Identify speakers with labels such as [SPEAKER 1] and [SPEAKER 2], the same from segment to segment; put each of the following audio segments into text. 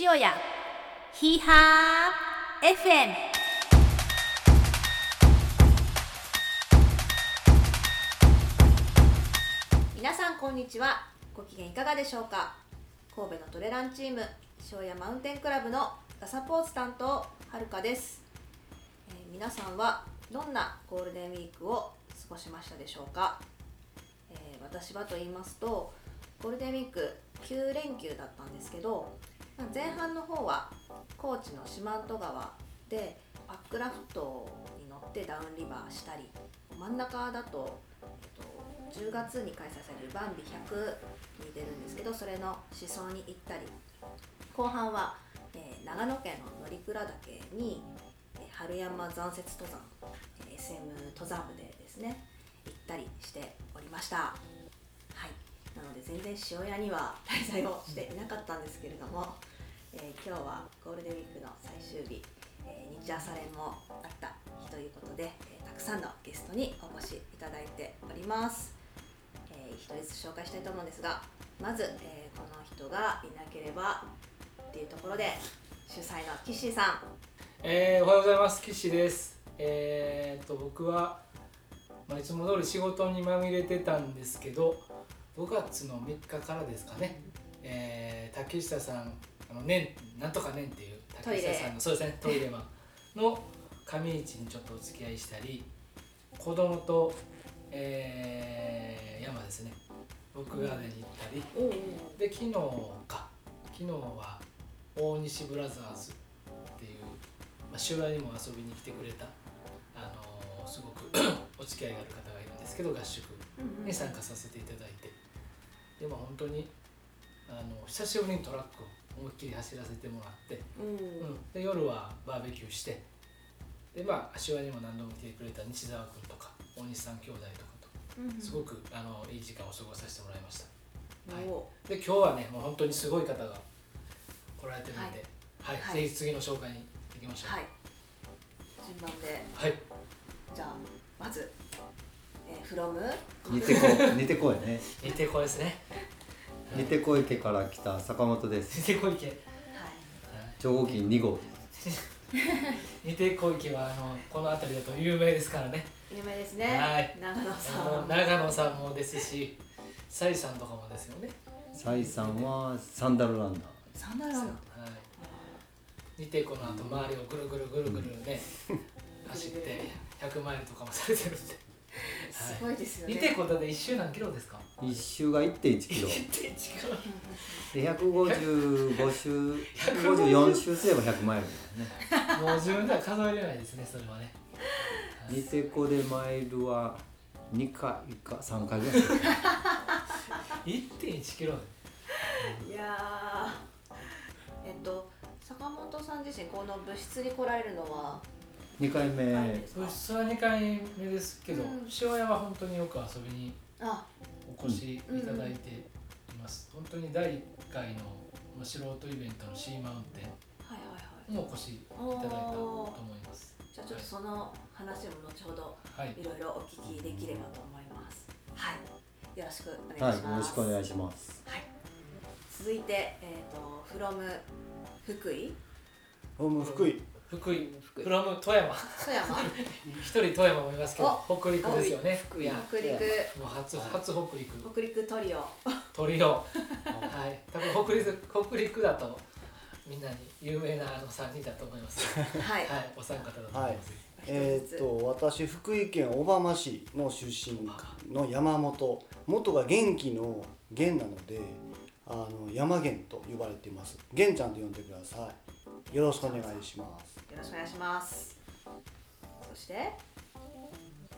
[SPEAKER 1] 塩屋ヒーハー FM 皆さんこんにちはご機嫌いかがでしょうか神戸のトレランチーム塩屋マウンテンクラブのガサポーツ担当はるかです、えー皆さんはどんなゴールデンウィークを過ごしましたでしょうか、えー私はと言いますとゴールデンウィーク9連休だったんですけどまあ前半の方は高知の四万十川でパックラフトに乗ってダウンリバーしたり真ん中だと,、えっと10月に開催される「バンビ100」に出るんですけどそれの思想に行ったり後半は、えー長野県の乗鞍岳に、えー春山残雪登山、えー SM 登山部でですね行ったりしておりました。はい、なので全然塩屋には滞在をしていなかったんですけれども、えー今日はゴールデンウィークの最終日、えー日朝練もあった日ということで、えーたくさんのゲストにお越しいただいております、えー一人ずつ紹介したいと思うんですがまず、えーこの人がいなければっていうところで主催の岸さん
[SPEAKER 2] えーおはようございます岸ですえー、っと僕は、まあ、いつも通り仕事にまみれてたんですけど5月の3日からですかね、えー竹下さんあの、ね、なんとかねんっていう竹下さんのそうですねトイレマンの上市にちょっとお付き合いしたり子供と、えー山ですね僕がね行ったり
[SPEAKER 1] お
[SPEAKER 2] で昨日か昨日は大西ブラザーズっていう、まあ、修羅にも遊びに来てくれた、あのーすごく お付き合いがある方がいるんですけど合宿に参加させていただいてでも本当にあの久しぶりにトラックを思いっきり走らせてもらって、
[SPEAKER 1] うん
[SPEAKER 2] うん、で夜はバーベキューしてでまあ足輪にも何度も来てくれた西澤君とか大西さん兄弟とか
[SPEAKER 1] うん
[SPEAKER 2] とすごく、あのいい時間を過ごさせてもらいました。はい
[SPEAKER 1] お
[SPEAKER 2] で今日はねもう本当にすごい方が来られてるんで、はい
[SPEAKER 1] はい
[SPEAKER 2] ぜひ次の紹介に行きましょう
[SPEAKER 1] はい順番で
[SPEAKER 2] はい、
[SPEAKER 1] じゃあまず、えー、from
[SPEAKER 3] 似てこい似てこいね
[SPEAKER 2] 似てこいですね
[SPEAKER 3] 似てこい家から来た坂本です
[SPEAKER 2] 似てこい系、は
[SPEAKER 1] はい
[SPEAKER 3] 超合金2号
[SPEAKER 2] い、似てこい系はあのこの辺りだと有名ですからね
[SPEAKER 1] 有名ですね、
[SPEAKER 2] はい
[SPEAKER 1] 長野さ
[SPEAKER 2] あの
[SPEAKER 1] ん
[SPEAKER 2] 長野さんもですしサイさんとかもですよね
[SPEAKER 3] サイさんはサンダルランナー
[SPEAKER 1] サンダル
[SPEAKER 2] は
[SPEAKER 1] ラン
[SPEAKER 2] い似てこの後周りをぐるぐるぐるぐるね、走って100マイルとかもされてるんで、
[SPEAKER 1] すごいですよ
[SPEAKER 2] はい、
[SPEAKER 1] ね
[SPEAKER 2] 似てこだって一周何キロですか
[SPEAKER 3] 1周が1 1キロ
[SPEAKER 2] 1.1キロ
[SPEAKER 3] で155周154周すれば100マイル
[SPEAKER 2] もう自分では数えれないですね、それはね。
[SPEAKER 3] だよね似てこでマイルは2回か3回ぐらい
[SPEAKER 2] 1.1キロ。
[SPEAKER 1] いやーえっと坂本さん自身この部室に来られるのは
[SPEAKER 3] 2回
[SPEAKER 1] ないん
[SPEAKER 3] 目
[SPEAKER 1] ですか、
[SPEAKER 2] 物質は2回目ですけど、
[SPEAKER 1] うん
[SPEAKER 2] 塩屋は本当によく遊びに
[SPEAKER 1] あ
[SPEAKER 2] お越しいただいています。本当に第1回の素人イベントのシーマウンテ
[SPEAKER 1] はいはいはい
[SPEAKER 2] ンもお越しいただいたと思います。
[SPEAKER 1] じゃあちょっとその話も後ほど
[SPEAKER 2] はい
[SPEAKER 1] い。ろいろお聞きできればと思いますはいよろしくお願
[SPEAKER 3] はいい
[SPEAKER 1] し
[SPEAKER 3] よ
[SPEAKER 1] ま
[SPEAKER 3] ろ
[SPEAKER 1] す
[SPEAKER 3] しくお願いします
[SPEAKER 1] はい続いてえっ、と from 福井
[SPEAKER 3] ホーム福井
[SPEAKER 2] 福井、
[SPEAKER 1] 福井
[SPEAKER 2] フロム富山。
[SPEAKER 1] 富山
[SPEAKER 2] 一人富山もいますけど、北陸ですよね。
[SPEAKER 3] 福井
[SPEAKER 2] も
[SPEAKER 1] 北陸
[SPEAKER 2] う初、初北陸。
[SPEAKER 1] 北陸トリオ
[SPEAKER 2] 鳥をはい多分北陸北陸だとみんなに有名なあの3人だと思いますは
[SPEAKER 1] はい
[SPEAKER 2] い、お三方だと思います、
[SPEAKER 4] えーっと私福井県小浜市の出身の山本元が元気の源なのであの山源と呼ばれています源ちゃんと呼んでくださいよろしくお願いします
[SPEAKER 1] よろしくお願いします。そして、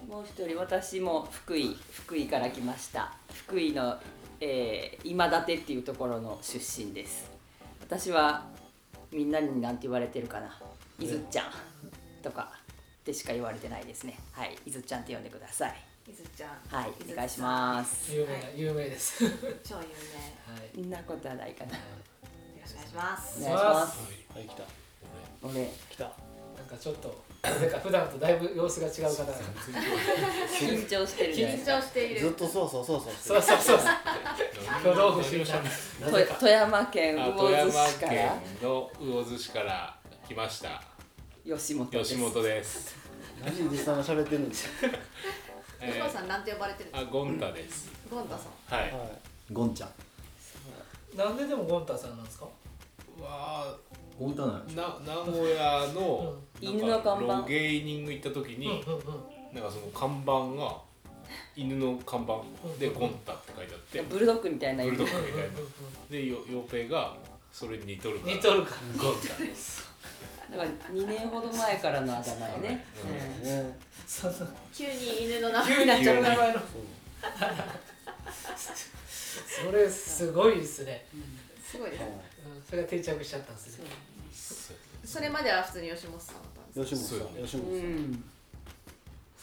[SPEAKER 5] もう一人私も福井福井から来ました福井の、えー今立っていうところの出身です私はみんなに何て言われてるかな「いずっちゃん」とかでしか言われてないですねはいいずっちゃんって呼んでください
[SPEAKER 1] いずちゃん。
[SPEAKER 5] はい
[SPEAKER 1] ずちゃん
[SPEAKER 5] お願いします
[SPEAKER 2] 有名な、
[SPEAKER 1] はい
[SPEAKER 2] 有名です はい
[SPEAKER 1] 超有名。よ
[SPEAKER 5] みんなことはないかな
[SPEAKER 1] ろしくお願いします。
[SPEAKER 5] お願いします
[SPEAKER 2] はい
[SPEAKER 4] はい来た
[SPEAKER 5] 俺
[SPEAKER 4] 来た
[SPEAKER 2] なんかかちょっと なんか普段とだいぶ様子が違う方が
[SPEAKER 5] 緊張してるじゃない
[SPEAKER 1] 緊
[SPEAKER 5] ですか
[SPEAKER 1] 張してい
[SPEAKER 4] ずっ
[SPEAKER 1] る
[SPEAKER 4] とそうそうそうそう
[SPEAKER 2] そうそうそう挙動不
[SPEAKER 6] し
[SPEAKER 2] 審者
[SPEAKER 5] と富山県
[SPEAKER 6] あ
[SPEAKER 5] 魚
[SPEAKER 6] 富山
[SPEAKER 5] 津市か
[SPEAKER 6] 県
[SPEAKER 5] ら
[SPEAKER 6] の魚津市から来ました
[SPEAKER 5] 吉本です
[SPEAKER 6] 吉本です、
[SPEAKER 4] 何で実際が喋ってるんですか、
[SPEAKER 1] 吉
[SPEAKER 6] え
[SPEAKER 1] 野
[SPEAKER 6] ー
[SPEAKER 1] さんなんて呼ばれてるんで
[SPEAKER 6] あ
[SPEAKER 1] すか
[SPEAKER 6] ゴンタです、
[SPEAKER 1] ゴンタさん
[SPEAKER 6] はい、
[SPEAKER 4] は
[SPEAKER 3] ゴンちゃん
[SPEAKER 2] なんででもゴンタさんなんですか
[SPEAKER 6] わ
[SPEAKER 3] ゴンタなんや
[SPEAKER 6] ーな名古屋の
[SPEAKER 5] うん
[SPEAKER 6] なんか
[SPEAKER 5] 犬の看板
[SPEAKER 6] ロゲーニング行った時
[SPEAKER 2] うんうん
[SPEAKER 6] に、
[SPEAKER 2] うん
[SPEAKER 6] なんかその看板が犬の看板で
[SPEAKER 2] う
[SPEAKER 6] 「
[SPEAKER 2] ん
[SPEAKER 6] ゴンタ」って書いてあって
[SPEAKER 5] ブルドッグみたいな
[SPEAKER 6] ブルド
[SPEAKER 5] 色
[SPEAKER 6] ッグみたいなでよ洋平がそれに似とるから
[SPEAKER 2] 似とるか
[SPEAKER 6] ゴンタです
[SPEAKER 5] だから2年ほど前からのあだ名やね、
[SPEAKER 6] うん
[SPEAKER 5] うん
[SPEAKER 4] いね、
[SPEAKER 2] そんな
[SPEAKER 1] 急に犬の名前
[SPEAKER 2] 急になっちゃう
[SPEAKER 6] 急に
[SPEAKER 2] 名前のそれすごいですね、
[SPEAKER 1] すごいですね
[SPEAKER 2] うん、それが定着しちゃったんですね
[SPEAKER 1] それまでは普通に吉本さんだったんです
[SPEAKER 4] 吉本さ
[SPEAKER 6] そ
[SPEAKER 4] ん、
[SPEAKER 6] うよね
[SPEAKER 4] 吉本さ
[SPEAKER 5] う
[SPEAKER 4] ん、
[SPEAKER 5] ん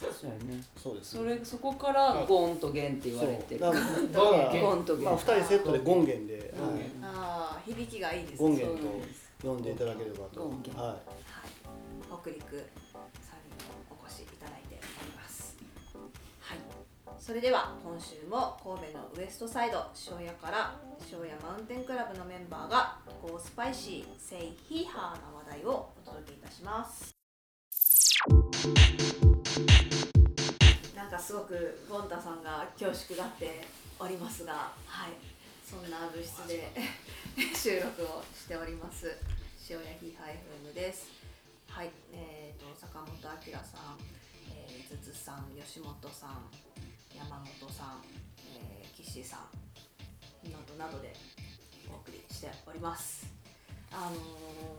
[SPEAKER 5] そうやね
[SPEAKER 4] そうです
[SPEAKER 5] それそこからゴーンとゲンって言われて
[SPEAKER 4] そう
[SPEAKER 5] る
[SPEAKER 4] だ から
[SPEAKER 2] ゴンゲ
[SPEAKER 5] ゴンとゲン
[SPEAKER 4] まあ、2人セットでゴンゲンで、
[SPEAKER 5] ゴン
[SPEAKER 4] は
[SPEAKER 5] ゲン
[SPEAKER 4] い、
[SPEAKER 1] ああ響きがいいです
[SPEAKER 4] ゴン
[SPEAKER 1] ね
[SPEAKER 4] ゲンと読んでいただければと
[SPEAKER 5] ゴンゲン
[SPEAKER 4] は
[SPEAKER 1] はい北陸さんにもお越しいただいておりますはいそれでは今週も神戸のウエストサイド庄屋から庄屋マウンテンクラブのメンバーがゴースパイシーセイヒーハーな話題をお届けいたしますなんかすごくゴンタさんが恐縮がっておりますがはいそんな物質で 収録をしております塩焼きハイフムですはい、えー、と坂本明さん、えー、ずつさん、吉本さん、山本さん、えー、岸さんなどなどでお送りしております。あの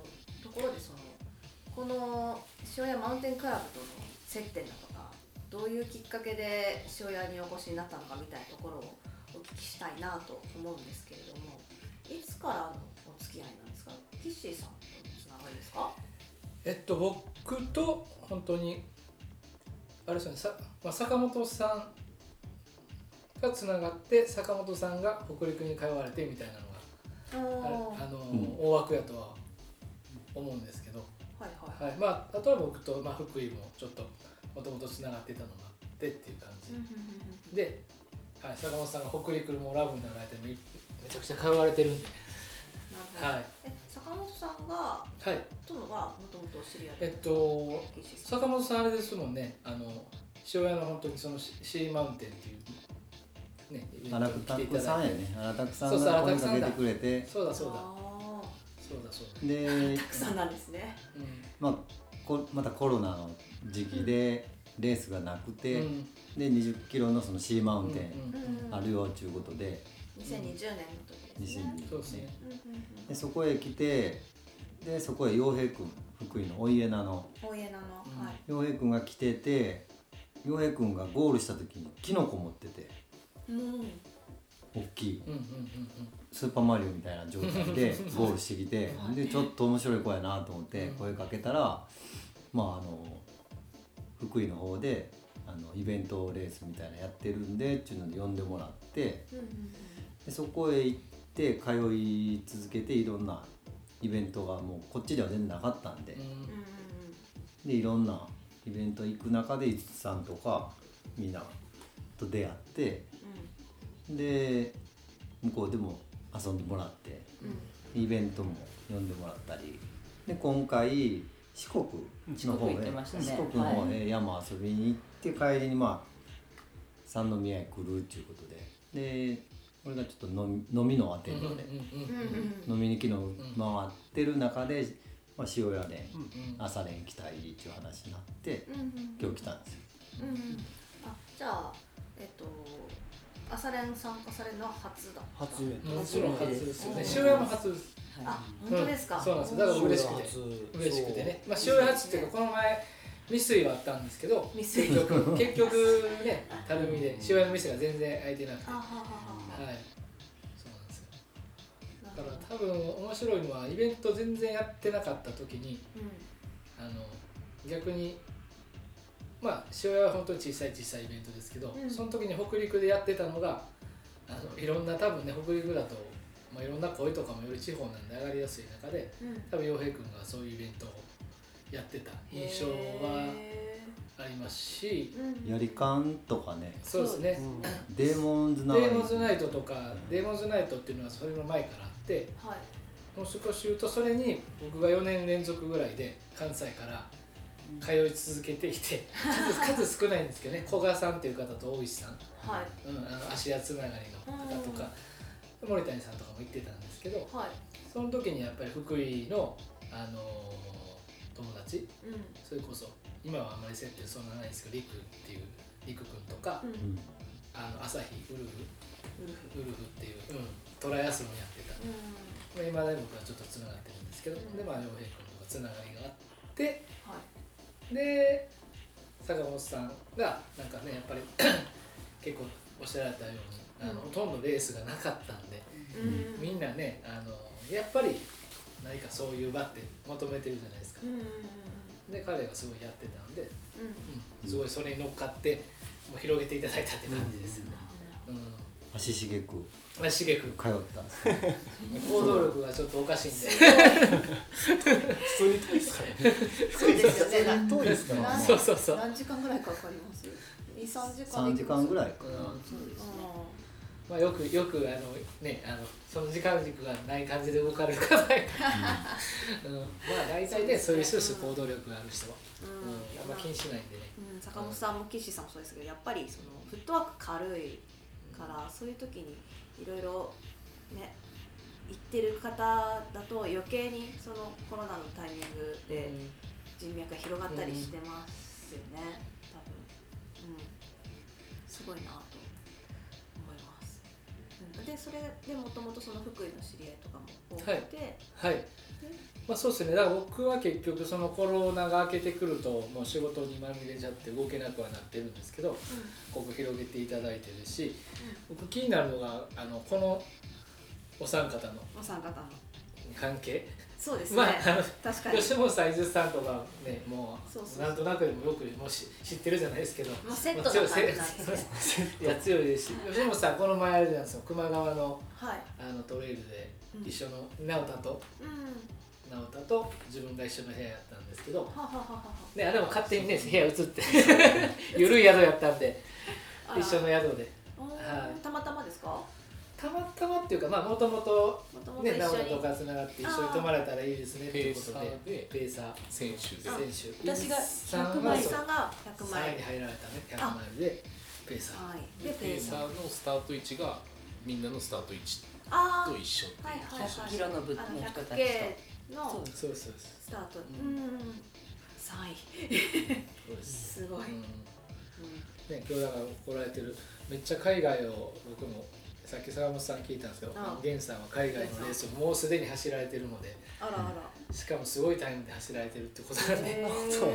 [SPEAKER 1] ーところでそのこの塩屋マウンテンクラブとの接点だとかどういうきっかけで塩屋にお越しになったのかみたいなところをお聞きしたいなと思うんですけれどもいつからのお付き合いなんですか岸さんとのつながりですか
[SPEAKER 2] えっと僕と本当にあれですよねさ、まあ、坂本さんがつながって坂本さんが北陸に通われてみたいなの
[SPEAKER 1] お
[SPEAKER 2] が
[SPEAKER 1] お
[SPEAKER 2] あれあの、
[SPEAKER 3] ん
[SPEAKER 2] 大枠やとは思うんですけど、
[SPEAKER 1] はいはい。
[SPEAKER 2] はいまあ、例えば僕と、まあ、福井もちょっともともとつながってたのがあってっていう感じで、はい、坂本さんが北陸もラブになられてもめちゃくちゃ通われてるんで、
[SPEAKER 1] なるほど
[SPEAKER 2] はい
[SPEAKER 1] え坂本さんが
[SPEAKER 2] はい、
[SPEAKER 1] とのはもともと知り合い
[SPEAKER 2] え
[SPEAKER 1] だ
[SPEAKER 2] っと
[SPEAKER 1] た技師さん
[SPEAKER 2] 坂本さんあれですもんねあの塩屋の本当にそのシシーマウンテンっていうねイベント
[SPEAKER 3] ア
[SPEAKER 2] に
[SPEAKER 3] ラタ
[SPEAKER 2] 来てい
[SPEAKER 3] ク
[SPEAKER 2] た
[SPEAKER 3] さん
[SPEAKER 2] だ
[SPEAKER 3] や
[SPEAKER 2] いて
[SPEAKER 3] ねアラタクさん
[SPEAKER 2] そうそう
[SPEAKER 3] が
[SPEAKER 2] 荒
[SPEAKER 3] 声
[SPEAKER 2] 拓さ
[SPEAKER 3] か
[SPEAKER 2] ん
[SPEAKER 3] け
[SPEAKER 2] だ
[SPEAKER 3] てくれて
[SPEAKER 2] そうだそうだ
[SPEAKER 1] あ
[SPEAKER 2] そうだそうだ、
[SPEAKER 3] で
[SPEAKER 1] ーたくさんなんですね。
[SPEAKER 2] う
[SPEAKER 3] まあこまたコロナの時期でレースがなくて、
[SPEAKER 2] ん
[SPEAKER 3] で20キロのそのシーマウンテ
[SPEAKER 2] うん
[SPEAKER 3] ン
[SPEAKER 2] うん
[SPEAKER 3] あるよっていうことで、
[SPEAKER 1] 2020年の時です
[SPEAKER 3] 西
[SPEAKER 1] ね。
[SPEAKER 3] に
[SPEAKER 2] そうですね
[SPEAKER 1] うんうんう
[SPEAKER 3] でそこへ来てでそこへ洋平君福井のお家なの
[SPEAKER 1] ん。大家なの、
[SPEAKER 2] うん
[SPEAKER 1] はい。
[SPEAKER 3] 洋平君が来てて洋平君がゴールした時にキノコ持ってて
[SPEAKER 1] うん。
[SPEAKER 3] 大きい
[SPEAKER 2] うんうん
[SPEAKER 3] スーパーマリオみたいな状態 でゴールしてきてでちょっと面白い子やなと思って
[SPEAKER 2] うん
[SPEAKER 3] 声かけたらまああの福井の方であのイベントレースみたいなやってるんでっていうので呼んでもらって
[SPEAKER 1] うんうん
[SPEAKER 3] でそこへ行って通い続けていろんなイベントがもうこっちでは全然なかったんで
[SPEAKER 2] うんう
[SPEAKER 1] うんうん
[SPEAKER 2] ん
[SPEAKER 3] でいろんなイベント行く中で伊津さんとかみんなと出会ってで向こうでも遊んでもらって
[SPEAKER 1] うんうんうん
[SPEAKER 3] イベントも呼んでもらったりで今回四国の方
[SPEAKER 5] 四国行って
[SPEAKER 3] へ
[SPEAKER 5] ましたね
[SPEAKER 3] 四国の方へ山遊びに行って帰りにまあ三宮へ来るっていうことでで俺がちょっと飲み飲みのあてるので、
[SPEAKER 1] うんうんうん
[SPEAKER 3] 飲みに昨日回ってる中で、まあ、塩屋で
[SPEAKER 2] うん
[SPEAKER 3] 朝練行きたいっていう話になって
[SPEAKER 1] うんうん
[SPEAKER 3] 今日来たんですよ。
[SPEAKER 1] うんうんあじゃあえっと朝練参加されるのは初だっ
[SPEAKER 4] い、
[SPEAKER 1] た。
[SPEAKER 4] 初イベント
[SPEAKER 2] もちろん初ですよね
[SPEAKER 1] うん
[SPEAKER 2] 塩屋も初です
[SPEAKER 5] は
[SPEAKER 1] あ本当ですか。
[SPEAKER 2] うんそうなんですだから嬉しくて
[SPEAKER 4] て
[SPEAKER 2] 嬉しくてね、まあ、塩屋初っていうかこの前未遂はあったんですけど
[SPEAKER 1] 未遂
[SPEAKER 2] 結局結局ねたるみで塩屋の店が全然開いてなくて
[SPEAKER 1] あは
[SPEAKER 2] は
[SPEAKER 1] はいははは
[SPEAKER 2] そうなんですよ
[SPEAKER 1] な
[SPEAKER 2] だ
[SPEAKER 1] る
[SPEAKER 2] か
[SPEAKER 1] ほ
[SPEAKER 2] ら
[SPEAKER 1] ど
[SPEAKER 2] 多分面白いのはイベント全然やってなかった時に
[SPEAKER 1] う
[SPEAKER 2] あの逆にまあ塩屋は本当に小さい小さいイベントですけど、
[SPEAKER 1] うん
[SPEAKER 2] その時に北陸でやってたのがあのいろんな多分ね北陸だと、まあ、いろんな声とかもより地方なんで上がりやすい中で
[SPEAKER 1] んうん
[SPEAKER 2] 多分洋平君がそういうイベントをやってた印象は
[SPEAKER 1] へ
[SPEAKER 2] ありますし
[SPEAKER 1] ーうん
[SPEAKER 3] やりかんとかね
[SPEAKER 2] そうですね
[SPEAKER 3] デーモンズナイ
[SPEAKER 2] デーモンズナ
[SPEAKER 3] イ
[SPEAKER 2] イトとか、デーモンズナイトっていうのはそれの前からあって
[SPEAKER 1] はい
[SPEAKER 2] もう少し言うとそれに僕が4年連続ぐらいで関西から通い続けてい て数数少ないんですけどね古賀さんっていう方と大石さん
[SPEAKER 1] はい
[SPEAKER 2] うん、あの芦屋つながりの方とか、森谷さんとかも行ってたんですけど
[SPEAKER 1] は
[SPEAKER 2] その時にやっぱり福井の、あのー友達
[SPEAKER 1] いうん
[SPEAKER 2] それこそ今はあんまり接点そんなないんですけどりくっていうりくくんとか、
[SPEAKER 1] うん
[SPEAKER 3] うん
[SPEAKER 2] あの朝日ウ
[SPEAKER 1] ウ
[SPEAKER 2] ルフ
[SPEAKER 1] ルフ
[SPEAKER 2] ウルフっていう、うん、トライアスロンやってた、
[SPEAKER 1] うん
[SPEAKER 2] まあ、今で僕はちょっとつながってるんですけど、
[SPEAKER 1] うん
[SPEAKER 2] でまあ洋平君とかつながりがあって
[SPEAKER 1] はい
[SPEAKER 2] で坂本さんがなんかねやっぱり 結構おっしゃられたようにあの、
[SPEAKER 1] うん
[SPEAKER 2] ほとんどレースがなかったんで、
[SPEAKER 1] うん
[SPEAKER 2] みんなねあのやっぱり何かそういう場って求めてるじゃないですか
[SPEAKER 1] うんうんうん
[SPEAKER 2] で彼がすごいやってたんで、
[SPEAKER 1] うんうん
[SPEAKER 2] うんすごいそれに乗っかってもう広げていただいたって感じですよね、うん
[SPEAKER 3] 足しげく
[SPEAKER 2] まあ、しげく
[SPEAKER 3] 通ったんですね
[SPEAKER 2] 行動力がちょっとおかしいんで
[SPEAKER 6] 普通に遠いですからね
[SPEAKER 1] そうですよねな
[SPEAKER 6] 遠いですから
[SPEAKER 3] まあまあ
[SPEAKER 2] そうそうそう
[SPEAKER 1] 何時間ぐらいかかります二三時間
[SPEAKER 3] 3時間ぐ
[SPEAKER 1] らい
[SPEAKER 3] らいかな、
[SPEAKER 5] そうですね
[SPEAKER 2] まあ、よくよくあのねあのその時間軸がない感じで動かれる方やから、うん、まあ大体ねそういう人ですよ行動力がある人は、
[SPEAKER 1] う
[SPEAKER 2] うん
[SPEAKER 1] ん
[SPEAKER 2] あんま気にしないんでね
[SPEAKER 1] うん坂本さんも岸さんもそうですけどやっぱりそのフットワーク軽いからそういう時にいろいろね行ってる方だと余計にそのコロナのタイミングで
[SPEAKER 2] うん
[SPEAKER 1] 人脈が広がったりしてますよね多分、うん、すごいなと思います、うん、でそれでもともとその福井の知り合いとかも多くて、
[SPEAKER 2] はいはい、まあ、そうですねだから僕は結局そのコロナが明けてくるともう仕事にまみれちゃって動けなくはなってるんですけどここ広げていただいてるし僕気になるのがあのこのお三方の
[SPEAKER 1] うん、お三方の
[SPEAKER 2] 関係
[SPEAKER 1] そうですね、
[SPEAKER 2] まああの
[SPEAKER 1] 確かに
[SPEAKER 2] 吉本さん伊豆さんとかねもう
[SPEAKER 1] そうそう
[SPEAKER 2] なんとなくでもよくもうし知ってるじゃないですけど、
[SPEAKER 1] まあセットな
[SPEAKER 2] まあ強
[SPEAKER 1] 感
[SPEAKER 2] い
[SPEAKER 1] じなんで
[SPEAKER 2] せ
[SPEAKER 1] すね
[SPEAKER 2] いや強いですし吉本さんこの前あれじゃないですか球磨川の
[SPEAKER 1] はい、
[SPEAKER 2] あのトレイルで
[SPEAKER 1] うん
[SPEAKER 2] 一緒の直太と
[SPEAKER 1] うん、
[SPEAKER 2] 直太と自分が一緒の部屋やったんですけど、
[SPEAKER 1] ははははは
[SPEAKER 2] ね、あれも勝手にね部屋移って 緩い宿やったんで
[SPEAKER 1] あら
[SPEAKER 2] 一緒の宿で
[SPEAKER 1] おー
[SPEAKER 2] はい
[SPEAKER 1] たまたまですかも
[SPEAKER 2] たまたまっていうかまあもともと
[SPEAKER 1] ともと
[SPEAKER 2] ね
[SPEAKER 1] 一
[SPEAKER 2] 直
[SPEAKER 1] 緒
[SPEAKER 2] 太
[SPEAKER 1] に
[SPEAKER 2] とかつながって一緒に泊まれたらいいですねっていうこと
[SPEAKER 6] ペーサー
[SPEAKER 2] で
[SPEAKER 6] で
[SPEAKER 2] ペーサー
[SPEAKER 6] 選手で
[SPEAKER 2] 選手
[SPEAKER 5] 私が
[SPEAKER 1] 100
[SPEAKER 2] は
[SPEAKER 1] 枚さんが100
[SPEAKER 2] 3位
[SPEAKER 1] 枚
[SPEAKER 2] に入られたね100マイルでペーサー
[SPEAKER 1] はいでペ
[SPEAKER 6] ペ
[SPEAKER 1] ー
[SPEAKER 6] ー
[SPEAKER 1] サ
[SPEAKER 6] サ
[SPEAKER 1] ー
[SPEAKER 6] ーのスタート位置がみんなのスタート位置
[SPEAKER 1] あ
[SPEAKER 6] と
[SPEAKER 1] ー
[SPEAKER 6] 一緒って
[SPEAKER 1] はいいうはいはい
[SPEAKER 5] キロのぶ
[SPEAKER 1] あ
[SPEAKER 5] の
[SPEAKER 1] の
[SPEAKER 5] 人たちと
[SPEAKER 1] 100K
[SPEAKER 5] そう
[SPEAKER 1] の
[SPEAKER 5] です
[SPEAKER 2] そうそうです
[SPEAKER 1] スタート
[SPEAKER 2] ん
[SPEAKER 1] うんうん3位
[SPEAKER 2] そうです、
[SPEAKER 1] すごい、
[SPEAKER 2] う
[SPEAKER 1] うん
[SPEAKER 2] んね、今日だから来られてるめっちゃ海外を僕もさっき坂本さん聞いたんですけど
[SPEAKER 1] ああ
[SPEAKER 2] 源さんは海外のレースをもうすでに走られてるので
[SPEAKER 1] あらあら
[SPEAKER 2] しかもすごいタイムで走られてるってことなんで、
[SPEAKER 1] え
[SPEAKER 7] そう
[SPEAKER 1] ー、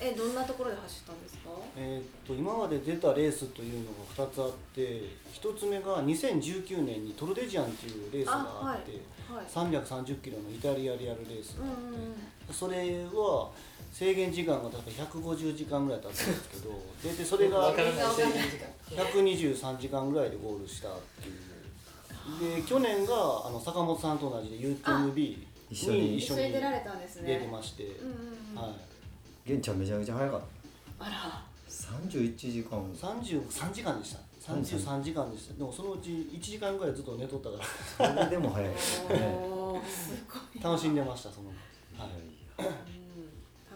[SPEAKER 1] えどんなところで走ったんですか
[SPEAKER 7] えーっと今まで出たレースというのが2つあって1つ目が2019年にトルデジアンというレースがあって
[SPEAKER 1] はい
[SPEAKER 7] 330キロのイタリアリアルレース
[SPEAKER 1] う
[SPEAKER 7] が
[SPEAKER 1] ん
[SPEAKER 7] あ
[SPEAKER 1] う
[SPEAKER 7] っ
[SPEAKER 1] ん
[SPEAKER 7] て、それは制限時間がだから150時間ぐらいだったんですけど大体それが
[SPEAKER 2] わからない制限時間
[SPEAKER 7] 123時間ぐらいでゴールしたっていうで去年があの坂本さんと同じで UTMB に
[SPEAKER 3] 一緒に
[SPEAKER 1] 一緒に出られたんですね
[SPEAKER 7] 出てまして、
[SPEAKER 1] うんうんうん、
[SPEAKER 7] はい、
[SPEAKER 3] 玄ちゃんめちゃめちゃ早かった
[SPEAKER 1] あら
[SPEAKER 3] 31時間
[SPEAKER 7] 33時間でした33時間でしたでもそのうち1時間ぐらいずっと寝とったか
[SPEAKER 3] それでも早 い
[SPEAKER 1] おーすごい
[SPEAKER 7] ら楽しんでましたその、は
[SPEAKER 1] う
[SPEAKER 7] い、
[SPEAKER 1] ん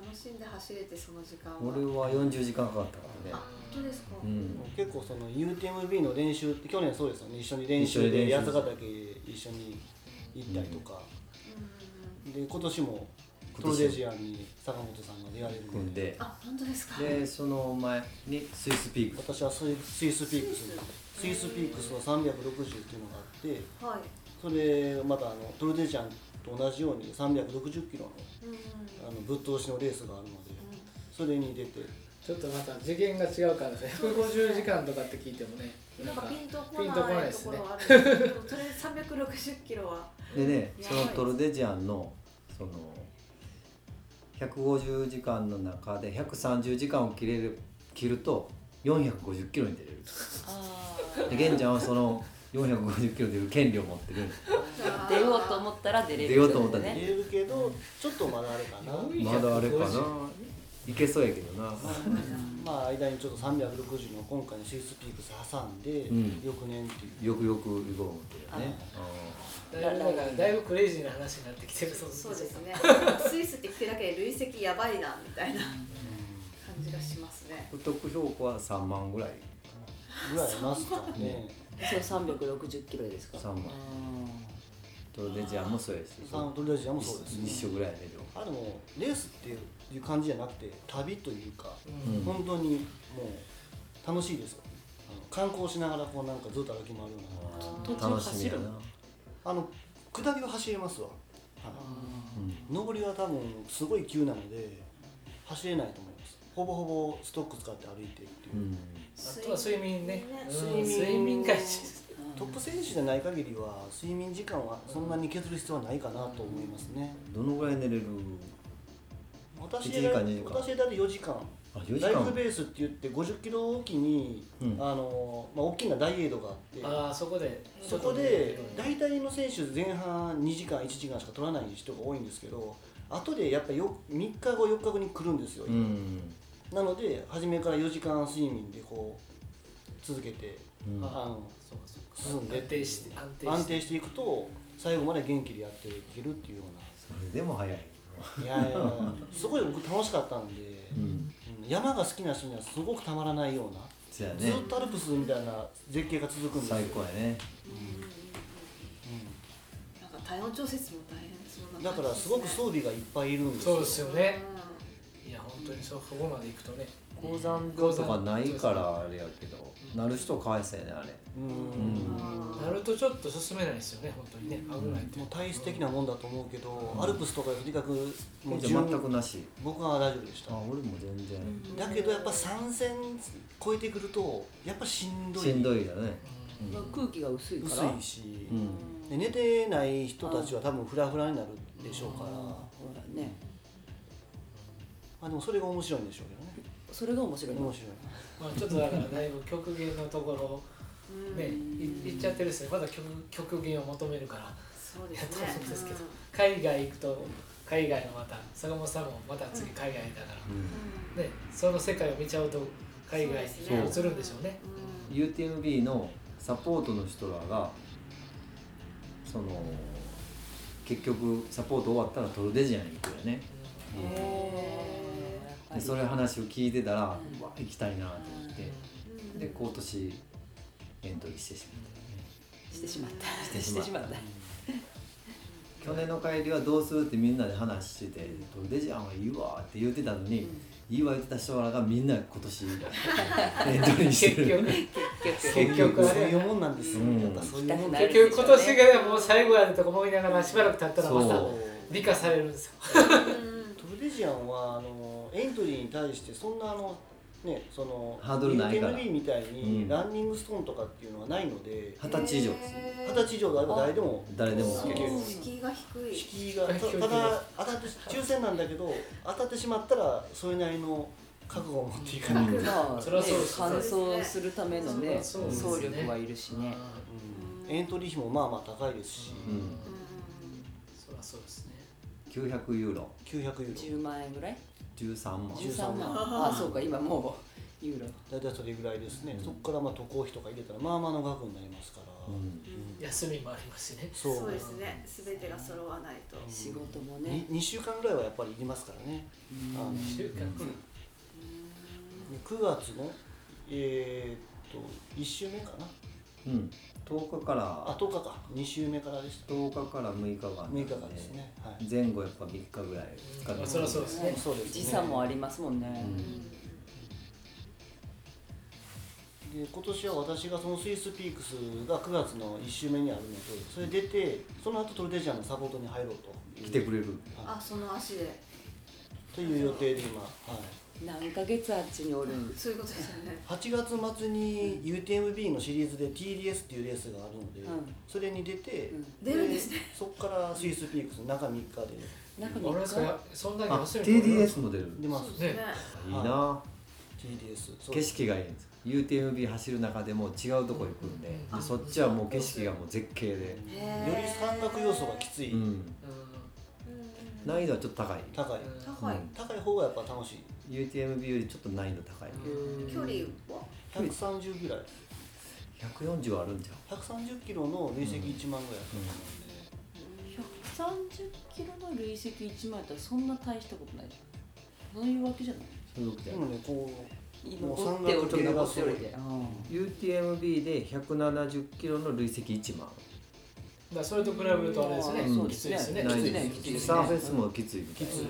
[SPEAKER 1] 楽しんで走れてその時間は
[SPEAKER 3] 俺は40時間かかったからね
[SPEAKER 1] あ本当ですか、
[SPEAKER 3] うん
[SPEAKER 7] 結構その UTMB の練習って去年そうですよね一緒に練
[SPEAKER 3] 一緒
[SPEAKER 7] 習
[SPEAKER 3] に練
[SPEAKER 7] で
[SPEAKER 3] 習
[SPEAKER 7] 八ヶ岳一緒に行ったりとか、
[SPEAKER 1] うんうん
[SPEAKER 7] で今年も
[SPEAKER 3] 今年
[SPEAKER 7] ト
[SPEAKER 3] も
[SPEAKER 7] ルデジアンに坂本さんが出られる
[SPEAKER 3] 組
[SPEAKER 7] ん
[SPEAKER 3] ん
[SPEAKER 7] で
[SPEAKER 3] で
[SPEAKER 1] あ本当ですか
[SPEAKER 3] でその前にスイスピーク
[SPEAKER 7] 私はスイスイスピークスにスイスピークスの360っていうのがあって
[SPEAKER 1] はい
[SPEAKER 7] それまたあのトルデジアンと同じように360キロ
[SPEAKER 1] うんうん
[SPEAKER 7] のあのぶっ通しのレースがあるのでそれに出て
[SPEAKER 2] ちょっとまた次元が違うからね150時間とかって聞いてもね
[SPEAKER 1] うんなんかピンとこ
[SPEAKER 2] ピンとこな
[SPEAKER 1] ないい
[SPEAKER 2] で
[SPEAKER 1] と
[SPEAKER 2] す
[SPEAKER 1] こ
[SPEAKER 2] ね
[SPEAKER 1] ろはあるんですけど、とりあえず三百六十キロは、
[SPEAKER 3] でね
[SPEAKER 1] や
[SPEAKER 3] そ
[SPEAKER 1] ばい
[SPEAKER 3] のトルデジアンのその150時間の中で130時間を切れる切ると450キロに出れる
[SPEAKER 5] あ
[SPEAKER 3] で玄ちゃんはその450キロ出る権利を持ってる
[SPEAKER 5] 出ようと思ったら出れる、
[SPEAKER 3] 出ようと思ったら出
[SPEAKER 5] ね
[SPEAKER 7] れるけどちょっとまだあれかな
[SPEAKER 3] まだあれかな
[SPEAKER 2] 450
[SPEAKER 3] いけそうやけどな
[SPEAKER 7] まあ間にちょっと360の今回のスイスピークス挟んで、
[SPEAKER 3] うん
[SPEAKER 7] 翌年っていう
[SPEAKER 3] よくよく行こう思ってるよね
[SPEAKER 2] だいぶなんかだいぶクレイジーな話になってきてるそう
[SPEAKER 1] そうですねスイスって聞くだけで累積やばいなみたいな感じがしますね
[SPEAKER 3] うん不得標高は3万ぐらい
[SPEAKER 7] ぐらいますからね
[SPEAKER 5] そう360キロですか
[SPEAKER 3] 3万トルデジャーもそうやし
[SPEAKER 7] サントリアジアもそうですね
[SPEAKER 3] 一緒ぐらいやねでも
[SPEAKER 7] あでもレースっていう感じじゃなくて旅というか、
[SPEAKER 3] うん
[SPEAKER 7] 本当にもう楽しいですよあの観光しながらこうなんかずっと歩き回るような
[SPEAKER 5] 途中
[SPEAKER 3] 楽しみ
[SPEAKER 5] 走
[SPEAKER 3] や
[SPEAKER 5] る
[SPEAKER 3] な
[SPEAKER 7] あの下りは走れますわ、はい上りは多分すごい急なので走れないと思いますほぼほぼストック使って歩いてるっていうう、
[SPEAKER 3] ん
[SPEAKER 2] あとは睡眠ね
[SPEAKER 7] 睡
[SPEAKER 2] うん
[SPEAKER 7] 眠
[SPEAKER 2] 睡眠が一
[SPEAKER 7] トップ選手じゃない限りは睡眠時間はそんなに削る必要はないかなと思いますね、
[SPEAKER 3] どのぐらい寝れる
[SPEAKER 7] 私
[SPEAKER 3] 1時間
[SPEAKER 7] だ
[SPEAKER 3] 2時間
[SPEAKER 7] 私だって4時間
[SPEAKER 3] あ4時
[SPEAKER 7] ライ
[SPEAKER 3] 間
[SPEAKER 7] フベースって言って50キロおきに、
[SPEAKER 3] うん
[SPEAKER 7] あのまあ、大きなダイエードがあって
[SPEAKER 2] ああそこで
[SPEAKER 7] そこで大体の選手前半2時間1時間しか取らない人が多いんですけど後でやっぱよ3日後4日後に来るんですよ、
[SPEAKER 3] うん
[SPEAKER 7] なので初めから4時間睡眠でこう続けて、
[SPEAKER 3] うん
[SPEAKER 7] あの
[SPEAKER 2] そうかそうか
[SPEAKER 7] 進んで
[SPEAKER 2] 安定して安定して
[SPEAKER 7] 安定していくと最後まで元気でやっていけるっていうよ
[SPEAKER 3] それでも早い、
[SPEAKER 7] うないやいやいやすごい僕楽しかったんで、
[SPEAKER 3] うん、
[SPEAKER 7] うん山が好きな人にはすごくたまらないような。
[SPEAKER 3] そうや
[SPEAKER 7] ず
[SPEAKER 3] ね
[SPEAKER 7] っとアルプスみたいな絶景が続くんですよ
[SPEAKER 3] 最高やね
[SPEAKER 1] なんか体温調節も大変そう
[SPEAKER 7] うん
[SPEAKER 1] な
[SPEAKER 7] だからすごく装備がいっぱいいるんですよ
[SPEAKER 2] そうですよねいや本当にそうここまで行くとね
[SPEAKER 3] 高山病とかないからあれやけどなる人かわいそうやねあれ
[SPEAKER 7] うん
[SPEAKER 3] うん
[SPEAKER 2] なるとちょっと進めないですよね本当にね危ないってい
[SPEAKER 7] も
[SPEAKER 2] う
[SPEAKER 7] う体質的なもんだと思うけど、アルプスとかよりかくも
[SPEAKER 3] も
[SPEAKER 7] う
[SPEAKER 3] うじゃ
[SPEAKER 7] 順
[SPEAKER 3] 全くなし
[SPEAKER 7] 僕は大丈夫でした
[SPEAKER 3] あ俺も全然
[SPEAKER 7] だけどやっぱ3000超えてくるとやっぱしんどい
[SPEAKER 3] しんどいよね
[SPEAKER 5] まあ空気が薄いから
[SPEAKER 7] 薄いし、
[SPEAKER 3] うん
[SPEAKER 7] で寝てない人たちは多分フラフラになるでしょうから、
[SPEAKER 5] ほらね
[SPEAKER 7] あ、でもそれが面白いんでしょうけ
[SPEAKER 5] それが面白
[SPEAKER 7] ど
[SPEAKER 5] い
[SPEAKER 7] ね面白い
[SPEAKER 2] まあちょっとだからだいぶ極限のところねい行っちゃってるですねまだ極極限を求めるから
[SPEAKER 1] そうで
[SPEAKER 2] やと
[SPEAKER 1] す
[SPEAKER 2] 思
[SPEAKER 1] ね
[SPEAKER 2] うんですけど海外行くと海外のまた坂本さんもまた次海外だか
[SPEAKER 1] うん
[SPEAKER 2] らねその世界を見ちゃうと海外
[SPEAKER 1] そう
[SPEAKER 2] に
[SPEAKER 1] です
[SPEAKER 2] 移るんでしょうね
[SPEAKER 1] うん
[SPEAKER 3] UTMB のサポートの人らがその結局サポート終わったらトルデジアンに行くよね
[SPEAKER 1] へ
[SPEAKER 3] でそれ話を聞いてたらうわ行きたいなと思っ
[SPEAKER 1] ー
[SPEAKER 3] てで今年エントリーしてしまったよね
[SPEAKER 5] してしまった
[SPEAKER 3] してしまった
[SPEAKER 5] た
[SPEAKER 3] 去年の帰りはどうするってみんなで話してて「トルデジアンはいいわ」って言ってたのに、いいわ言ってた人らがみんな今 年エントリーし
[SPEAKER 2] 結
[SPEAKER 3] てる
[SPEAKER 2] 局
[SPEAKER 5] 結
[SPEAKER 2] 結局は
[SPEAKER 7] そういう
[SPEAKER 2] ね
[SPEAKER 7] もんなんですよ、
[SPEAKER 3] うん
[SPEAKER 7] やっぱそういうもん
[SPEAKER 5] な
[SPEAKER 7] なん
[SPEAKER 5] る
[SPEAKER 2] 結局今年がもう最後やでとか思いながらしばらく経ったらまた
[SPEAKER 3] そう
[SPEAKER 2] 美化されるんですよ
[SPEAKER 1] うん
[SPEAKER 7] トルデジアンはあのエントリーに対してそんなあのねその
[SPEAKER 3] ハードルないから
[SPEAKER 7] UTMB みたいに
[SPEAKER 3] うん
[SPEAKER 7] ランニングストーンとかっていうのはないので
[SPEAKER 3] 二十歳以上ですね
[SPEAKER 1] へ
[SPEAKER 7] 二
[SPEAKER 1] ー
[SPEAKER 7] 十歳以上であれば誰でも
[SPEAKER 3] 誰でも
[SPEAKER 7] いける
[SPEAKER 1] 敷居が低い
[SPEAKER 7] 敷居が
[SPEAKER 2] うん
[SPEAKER 7] たただ当たって抽選なんだけど当たってしまったらそれなりの覚悟を持っていかないと、うん
[SPEAKER 5] まあ、
[SPEAKER 2] それはそうです
[SPEAKER 5] 完走するためのね、
[SPEAKER 2] そうですね
[SPEAKER 5] 総力はいるしね。
[SPEAKER 7] エントリー費もまあまあ高いですし、
[SPEAKER 3] うん
[SPEAKER 2] そりゃそうですね
[SPEAKER 3] 900ユーロ
[SPEAKER 7] 900ユーロ
[SPEAKER 5] 10万円ぐらい
[SPEAKER 3] 13万
[SPEAKER 5] 13万
[SPEAKER 7] 万
[SPEAKER 5] あそうか今もうユーロ
[SPEAKER 7] 大体それぐらいですね、そこからまあ渡航費とか入れたらまあまあの額になりますから、
[SPEAKER 3] うん
[SPEAKER 2] 休みもありますしね
[SPEAKER 7] そう
[SPEAKER 1] そうですね全てが揃わないと
[SPEAKER 5] 仕事もね
[SPEAKER 7] に2週間ぐらいはやっぱりいりますからね、あの
[SPEAKER 2] 週間
[SPEAKER 7] で9月のえーっと1週目かな
[SPEAKER 3] うん、10日から
[SPEAKER 7] あ10日か2週目からでした
[SPEAKER 3] 10日から6日があるん
[SPEAKER 7] 6日間ですねはい
[SPEAKER 3] 前後やっぱ3日ぐらいか
[SPEAKER 2] ま
[SPEAKER 3] か
[SPEAKER 2] あそりゃそうですね
[SPEAKER 7] そうですね
[SPEAKER 5] 時差もありますもんね、
[SPEAKER 7] で今年は私がそのスイスピークスが9月の1週目にあるのでそれ出てその後トルデジアンのサポートに入ろうと
[SPEAKER 3] 来てくれ
[SPEAKER 7] れ
[SPEAKER 3] る
[SPEAKER 1] あその足で
[SPEAKER 7] という予定で今、はい、
[SPEAKER 5] 何ヶ月あっちにおるん
[SPEAKER 1] そういうことですよね
[SPEAKER 7] 8月末に UTMB のシリーズで TDS っていうレースがあるので、
[SPEAKER 5] うん
[SPEAKER 7] それに出て、
[SPEAKER 5] う
[SPEAKER 1] 出るんですね
[SPEAKER 7] そこからスイスピークスの中3日で
[SPEAKER 5] 中
[SPEAKER 2] あれですか
[SPEAKER 5] 3
[SPEAKER 2] そんだけ
[SPEAKER 3] あ
[SPEAKER 2] 休みもあります
[SPEAKER 3] TDS も出る
[SPEAKER 7] 出ます
[SPEAKER 2] ね
[SPEAKER 1] ね
[SPEAKER 3] いいな
[SPEAKER 7] TDS そう
[SPEAKER 3] 景色がいいんです UTMB 走る中でも違うところに来るんでで
[SPEAKER 2] あ
[SPEAKER 3] そっちはもう景色がもう絶景で、
[SPEAKER 1] へ
[SPEAKER 7] よ
[SPEAKER 1] ー
[SPEAKER 7] り山岳要素がきつい、
[SPEAKER 3] うん、
[SPEAKER 1] うん
[SPEAKER 3] 難易度はちょっと高い
[SPEAKER 7] 高い
[SPEAKER 1] 高い、
[SPEAKER 3] うん
[SPEAKER 7] 高い方がやっぱ楽しい
[SPEAKER 3] UTMB よりちょっと難易度高い
[SPEAKER 1] 距離は
[SPEAKER 7] 130ぐらい
[SPEAKER 3] 140はあるんじゃん
[SPEAKER 7] 130キロの累積1万ぐらい、
[SPEAKER 5] 130キロの累積1万やったらそんな大したことないじゃんそういうわけじゃない
[SPEAKER 3] そういうことだよ
[SPEAKER 7] でもねこもう
[SPEAKER 5] 残っており
[SPEAKER 7] 山岳系
[SPEAKER 5] 残
[SPEAKER 7] が
[SPEAKER 5] って
[SPEAKER 7] す
[SPEAKER 5] お
[SPEAKER 7] ごい
[SPEAKER 5] りで、うん、
[SPEAKER 3] UTMB で170キロの累積1万
[SPEAKER 2] らそれと比べるとあれですね、
[SPEAKER 3] うん
[SPEAKER 2] きついですね
[SPEAKER 5] きつい
[SPEAKER 2] ね
[SPEAKER 5] ねきついね
[SPEAKER 3] サーフェスもきついみたいな
[SPEAKER 7] きつい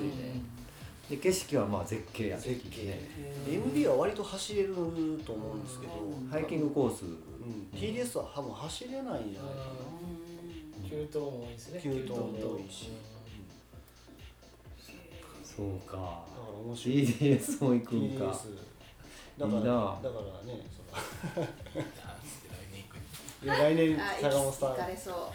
[SPEAKER 3] で景色はまあ絶景や
[SPEAKER 7] う
[SPEAKER 3] ね
[SPEAKER 7] 絶景、MB は割と走れると思うんですけど、
[SPEAKER 3] ハイキングコース
[SPEAKER 7] うん、TDS は多分走れないんじゃないか
[SPEAKER 2] 給湯も多いですね
[SPEAKER 7] 給湯も多いし
[SPEAKER 3] そうか
[SPEAKER 7] なだから面白い
[SPEAKER 3] TDS も行くん
[SPEAKER 7] TDS
[SPEAKER 3] か
[SPEAKER 7] だか
[SPEAKER 3] い
[SPEAKER 7] ら
[SPEAKER 3] いな
[SPEAKER 7] だからねそのいや来年
[SPEAKER 1] あ
[SPEAKER 7] 坂本さん
[SPEAKER 1] 行かれそう
[SPEAKER 2] もう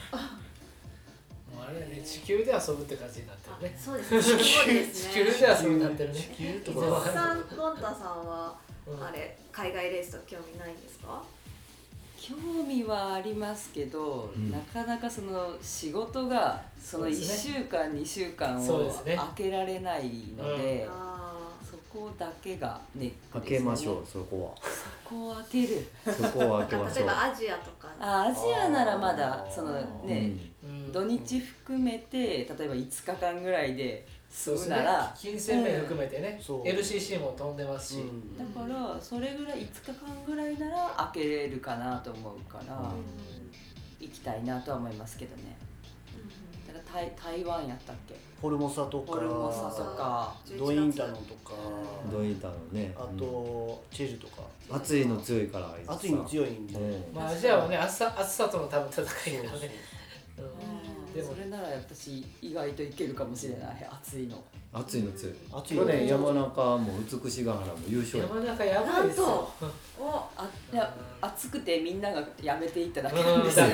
[SPEAKER 2] あれだね地球で遊ぶって感じになって
[SPEAKER 1] あ
[SPEAKER 2] るね
[SPEAKER 1] そう ですねそうです
[SPEAKER 2] 地
[SPEAKER 1] ね
[SPEAKER 2] 球で遊ぶになってるね
[SPEAKER 1] え伊沢さん、ゴンタさんは、あれ、海外レースと興味ないんですか。
[SPEAKER 5] 興味はありますけど、
[SPEAKER 3] ん
[SPEAKER 5] なかなかその仕事がその
[SPEAKER 2] そう
[SPEAKER 5] 1
[SPEAKER 2] です
[SPEAKER 5] 週間、2週間
[SPEAKER 2] そう
[SPEAKER 5] を
[SPEAKER 2] ですね
[SPEAKER 5] 開けられないので
[SPEAKER 1] あ
[SPEAKER 5] そこだけがネック
[SPEAKER 3] 開
[SPEAKER 5] です、ね、
[SPEAKER 3] けましょうそこ
[SPEAKER 5] そこを開ける
[SPEAKER 3] はそこは
[SPEAKER 1] あ、
[SPEAKER 3] 開けまし
[SPEAKER 1] 例え
[SPEAKER 3] ょう
[SPEAKER 1] ばアジアとか。
[SPEAKER 5] あアジアならまだそのね、
[SPEAKER 2] うん
[SPEAKER 5] 土日含めて例えば5日間ぐらいで
[SPEAKER 2] そう
[SPEAKER 5] 済
[SPEAKER 2] で
[SPEAKER 5] む
[SPEAKER 2] す
[SPEAKER 5] な
[SPEAKER 2] ね
[SPEAKER 5] ら
[SPEAKER 2] 金銭面含めてね、
[SPEAKER 7] そう
[SPEAKER 2] LCC も飛んでますし、
[SPEAKER 7] うん
[SPEAKER 5] だからそれぐらい5日間ぐらいなら開けれるかなと思うから、
[SPEAKER 1] うん
[SPEAKER 5] 行きたいなとは思いますけどねだから台台湾やったっけ
[SPEAKER 7] ホルモサと
[SPEAKER 5] ホルモサと
[SPEAKER 7] か
[SPEAKER 5] か
[SPEAKER 1] 11月
[SPEAKER 7] ドインタノンとか
[SPEAKER 3] うんドインタのね
[SPEAKER 7] あとチェジュとか
[SPEAKER 3] うん暑いの強いから伊豆さん
[SPEAKER 7] 暑いの強いんで
[SPEAKER 3] うん
[SPEAKER 2] まあ、アジアはね暑さ暑さとの多分戦いだよね
[SPEAKER 5] うん
[SPEAKER 2] でも
[SPEAKER 5] それなら私意外といけるかもしれない暑いの
[SPEAKER 3] 暑いの強い
[SPEAKER 7] 暑い
[SPEAKER 3] 去
[SPEAKER 7] の
[SPEAKER 3] 年山中も美しが原も優
[SPEAKER 2] うん
[SPEAKER 3] 勝
[SPEAKER 2] 山中やば
[SPEAKER 1] ないん
[SPEAKER 2] ですよ
[SPEAKER 1] と。お。
[SPEAKER 5] あいや暑くてみんながやめていっただけ
[SPEAKER 2] う
[SPEAKER 5] なん
[SPEAKER 2] ん
[SPEAKER 5] ですよ、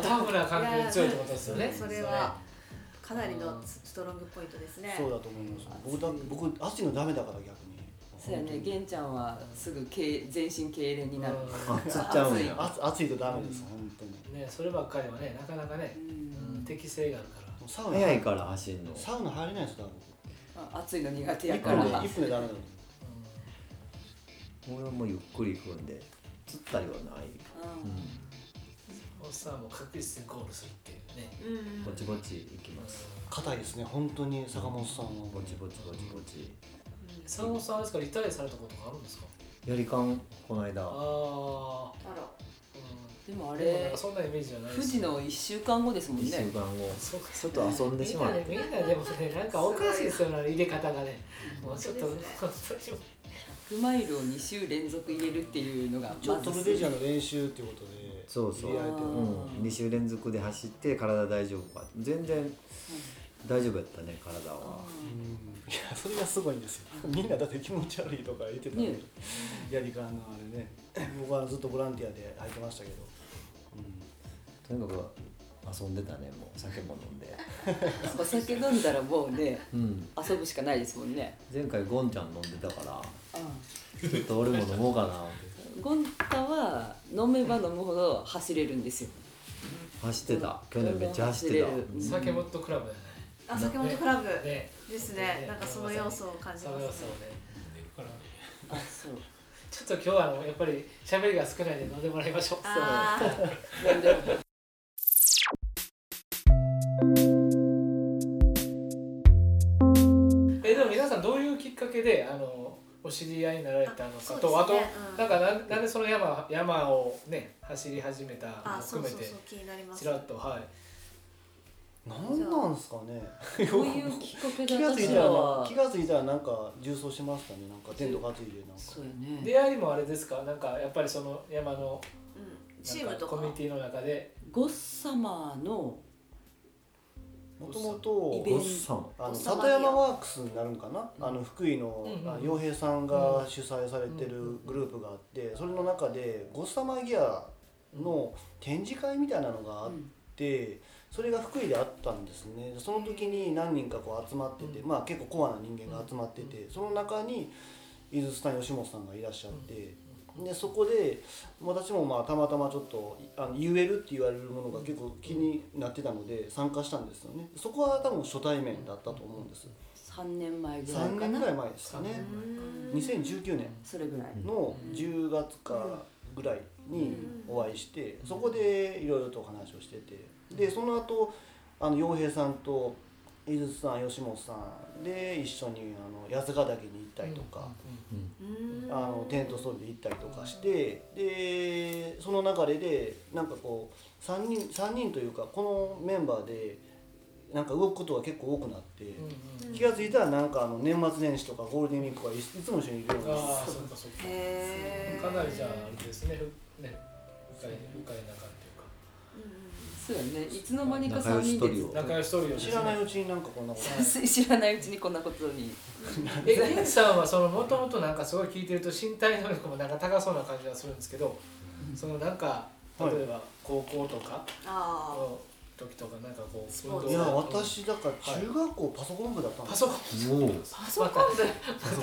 [SPEAKER 2] タフな感じが強いってことですよね。
[SPEAKER 1] それは。かなりのストロングポイントですね。
[SPEAKER 7] そうだと思います僕だ僕暑いのダメだから逆に
[SPEAKER 5] そうやね玄ちゃんはすぐけい全身痙攣になる、
[SPEAKER 3] あつっちゃうんや
[SPEAKER 7] 暑暑いとダメです本当にも
[SPEAKER 2] ね、そればっかりはね、なかなかね、うん適性があるから。
[SPEAKER 7] うサウナ
[SPEAKER 3] 早いから走るの
[SPEAKER 7] サウナ入れないですだ僕
[SPEAKER 5] あ暑いの苦手や
[SPEAKER 7] 1
[SPEAKER 5] か
[SPEAKER 7] 分
[SPEAKER 5] ら
[SPEAKER 7] で1分でダメだもん
[SPEAKER 3] 俺はもうゆっくり行くんで釣ったりはない、
[SPEAKER 5] うん
[SPEAKER 2] おっさんも確実にゴールするっていうね。
[SPEAKER 1] うんう。
[SPEAKER 3] うんん、ぼちぼち行きます
[SPEAKER 7] 硬いですね本当に坂本さんは
[SPEAKER 3] ぼちぼちぼちぼち
[SPEAKER 2] 坂本さんあれですか、リタイアされたことがあるんですか。
[SPEAKER 3] やりかんこの間
[SPEAKER 2] ああ。
[SPEAKER 1] あら。
[SPEAKER 2] う
[SPEAKER 5] でもあ
[SPEAKER 2] ん。でもなん
[SPEAKER 5] れ
[SPEAKER 2] かそんなイメージじゃないで
[SPEAKER 5] 富
[SPEAKER 2] す
[SPEAKER 5] 士
[SPEAKER 2] ね。
[SPEAKER 5] の1週間後ですもん
[SPEAKER 3] 1週
[SPEAKER 5] ね
[SPEAKER 3] 間後
[SPEAKER 2] そうか。
[SPEAKER 3] ちょっと遊んで
[SPEAKER 2] み
[SPEAKER 3] し
[SPEAKER 2] ん
[SPEAKER 3] ま
[SPEAKER 2] な
[SPEAKER 3] っ
[SPEAKER 2] ね、
[SPEAKER 3] て
[SPEAKER 2] みんなでもね、なんかおかしいですよね、入れ方がね。もうちょっと、
[SPEAKER 1] 本当
[SPEAKER 5] 100マイルを2週連続入れるっていうのが
[SPEAKER 7] ちょっとトルデジャーの
[SPEAKER 5] ん
[SPEAKER 7] 練習っていうことで
[SPEAKER 3] そうそう、
[SPEAKER 7] 入れられてる
[SPEAKER 3] うん、2週連続で走って体大丈夫か全然大丈夫やったね体は
[SPEAKER 7] うんいやそれがすごいんですよ みんなだって気持ち悪いとか言ってたのに、
[SPEAKER 5] ね
[SPEAKER 7] やりかんのあれね 僕はずっとボランティアで入ってましたけど、
[SPEAKER 3] とにかく遊んでたねもう酒も飲んで、
[SPEAKER 5] お酒飲んだらもうね
[SPEAKER 3] うん、
[SPEAKER 5] 遊ぶしかないですもんね
[SPEAKER 3] 前回ゴンちゃん飲んでたからちょっと俺も飲もうかな
[SPEAKER 5] ゴンタは飲めば飲むほど走れるんですよ
[SPEAKER 3] 走ってた去年めっちゃ走ってた
[SPEAKER 5] 走れる
[SPEAKER 2] 酒もっとクラブだね。
[SPEAKER 1] あ、酒本クラブ。
[SPEAKER 2] ね。
[SPEAKER 1] ですね。なんかその要素を感じ
[SPEAKER 2] その要
[SPEAKER 1] ます
[SPEAKER 2] 素を
[SPEAKER 1] ね。
[SPEAKER 2] ね。
[SPEAKER 5] あそう
[SPEAKER 2] ちょっと今日はあのやっぱり喋りが少ないんで飲んでもらいましょう。
[SPEAKER 1] ああ。
[SPEAKER 5] なんで
[SPEAKER 2] えでも皆さんどういうきっかけであのお知り合いになられたの
[SPEAKER 1] あ
[SPEAKER 2] か
[SPEAKER 1] そうですね
[SPEAKER 2] とあと、
[SPEAKER 1] うん
[SPEAKER 2] なんかなんなんでその山山をね走り始めたの
[SPEAKER 1] あ、
[SPEAKER 2] も
[SPEAKER 1] そう
[SPEAKER 2] 含
[SPEAKER 1] そ
[SPEAKER 2] め
[SPEAKER 1] う
[SPEAKER 2] て
[SPEAKER 1] そう、気になります
[SPEAKER 2] ち。らっとはい
[SPEAKER 7] なんなんですかね
[SPEAKER 5] こういうきっかけで
[SPEAKER 7] 気がつい
[SPEAKER 5] 私
[SPEAKER 7] た
[SPEAKER 5] ら
[SPEAKER 7] ら
[SPEAKER 5] は
[SPEAKER 7] 気がついたらなんか重装してましたねなんかテント担いでなんか
[SPEAKER 5] そうよね
[SPEAKER 2] 出会いもあれですかなんかやっぱりその山の
[SPEAKER 1] うん。チーム
[SPEAKER 2] なんか
[SPEAKER 1] と
[SPEAKER 2] コ
[SPEAKER 1] か。
[SPEAKER 2] ミュニティの中で
[SPEAKER 5] ゴッサマーの
[SPEAKER 7] もとも
[SPEAKER 5] イベン
[SPEAKER 7] と
[SPEAKER 5] ト
[SPEAKER 3] さん
[SPEAKER 7] あの
[SPEAKER 1] おさま
[SPEAKER 7] 里
[SPEAKER 1] りや
[SPEAKER 7] 山ワークスになるんかな、あの福井の
[SPEAKER 2] うんうん
[SPEAKER 7] あ洋平さんが主催されてるグループがあってそれの中でゴッサマギアの展示会みたいなのがあってそれが福井であったんですねその時に何人かこう集まってて、
[SPEAKER 2] う
[SPEAKER 7] まあ結構コアな人間が集まっててその中に伊豆さん吉本さんがいらっしゃってでそこで私もまあたまたまちょっとあの UL って言われるものが結構気になってたので参加したんですよねそこは多分初対面だったと思うんです
[SPEAKER 5] 三年前ぐらい
[SPEAKER 7] 3
[SPEAKER 5] か
[SPEAKER 7] 年ぐら
[SPEAKER 5] ない
[SPEAKER 7] 前ですかね
[SPEAKER 1] うん
[SPEAKER 7] 2019年
[SPEAKER 5] それぐらい
[SPEAKER 7] の10月かぐらいにお会いしてそこでいろいろとお話をしててでその後あの洋平さんと井筒さん吉本さんで一緒にあの八ヶ岳に行ったりとか。
[SPEAKER 1] うん
[SPEAKER 7] あのテントソリで行ったりとかしてでその流れでなんかこう3人三人というかこのメンバーでなんか動くことが結構多くなって、
[SPEAKER 2] うんうんうん
[SPEAKER 7] 気が付いたらなんかあの年末年始とかゴールデンウィークとかいついつも一緒にいるようにな
[SPEAKER 2] ああそうかそうか
[SPEAKER 1] へー
[SPEAKER 2] かなりじゃああれですねふね深い深い仲っていうか
[SPEAKER 5] そうやねいつの間にか三人
[SPEAKER 3] 仲良しトリ
[SPEAKER 5] で
[SPEAKER 3] オ
[SPEAKER 2] 仲良しトリオです
[SPEAKER 7] 知
[SPEAKER 2] ね
[SPEAKER 7] らないうちになんかこんなこと
[SPEAKER 5] つい 知らないうちにこんなことに
[SPEAKER 2] え源さんはそのもともとなんかすごい聞いてると身体能力もなんか高そうな感じがするんですけどそのなんか例
[SPEAKER 7] はい
[SPEAKER 2] えば高校とか
[SPEAKER 1] あ
[SPEAKER 2] の時とかなんかこ
[SPEAKER 1] ス
[SPEAKER 2] う
[SPEAKER 1] ポーツ
[SPEAKER 7] いや
[SPEAKER 2] うん
[SPEAKER 7] 私だから中学校パソコン部だったんで
[SPEAKER 2] パ
[SPEAKER 7] す
[SPEAKER 2] ソコン
[SPEAKER 3] もう
[SPEAKER 1] パソ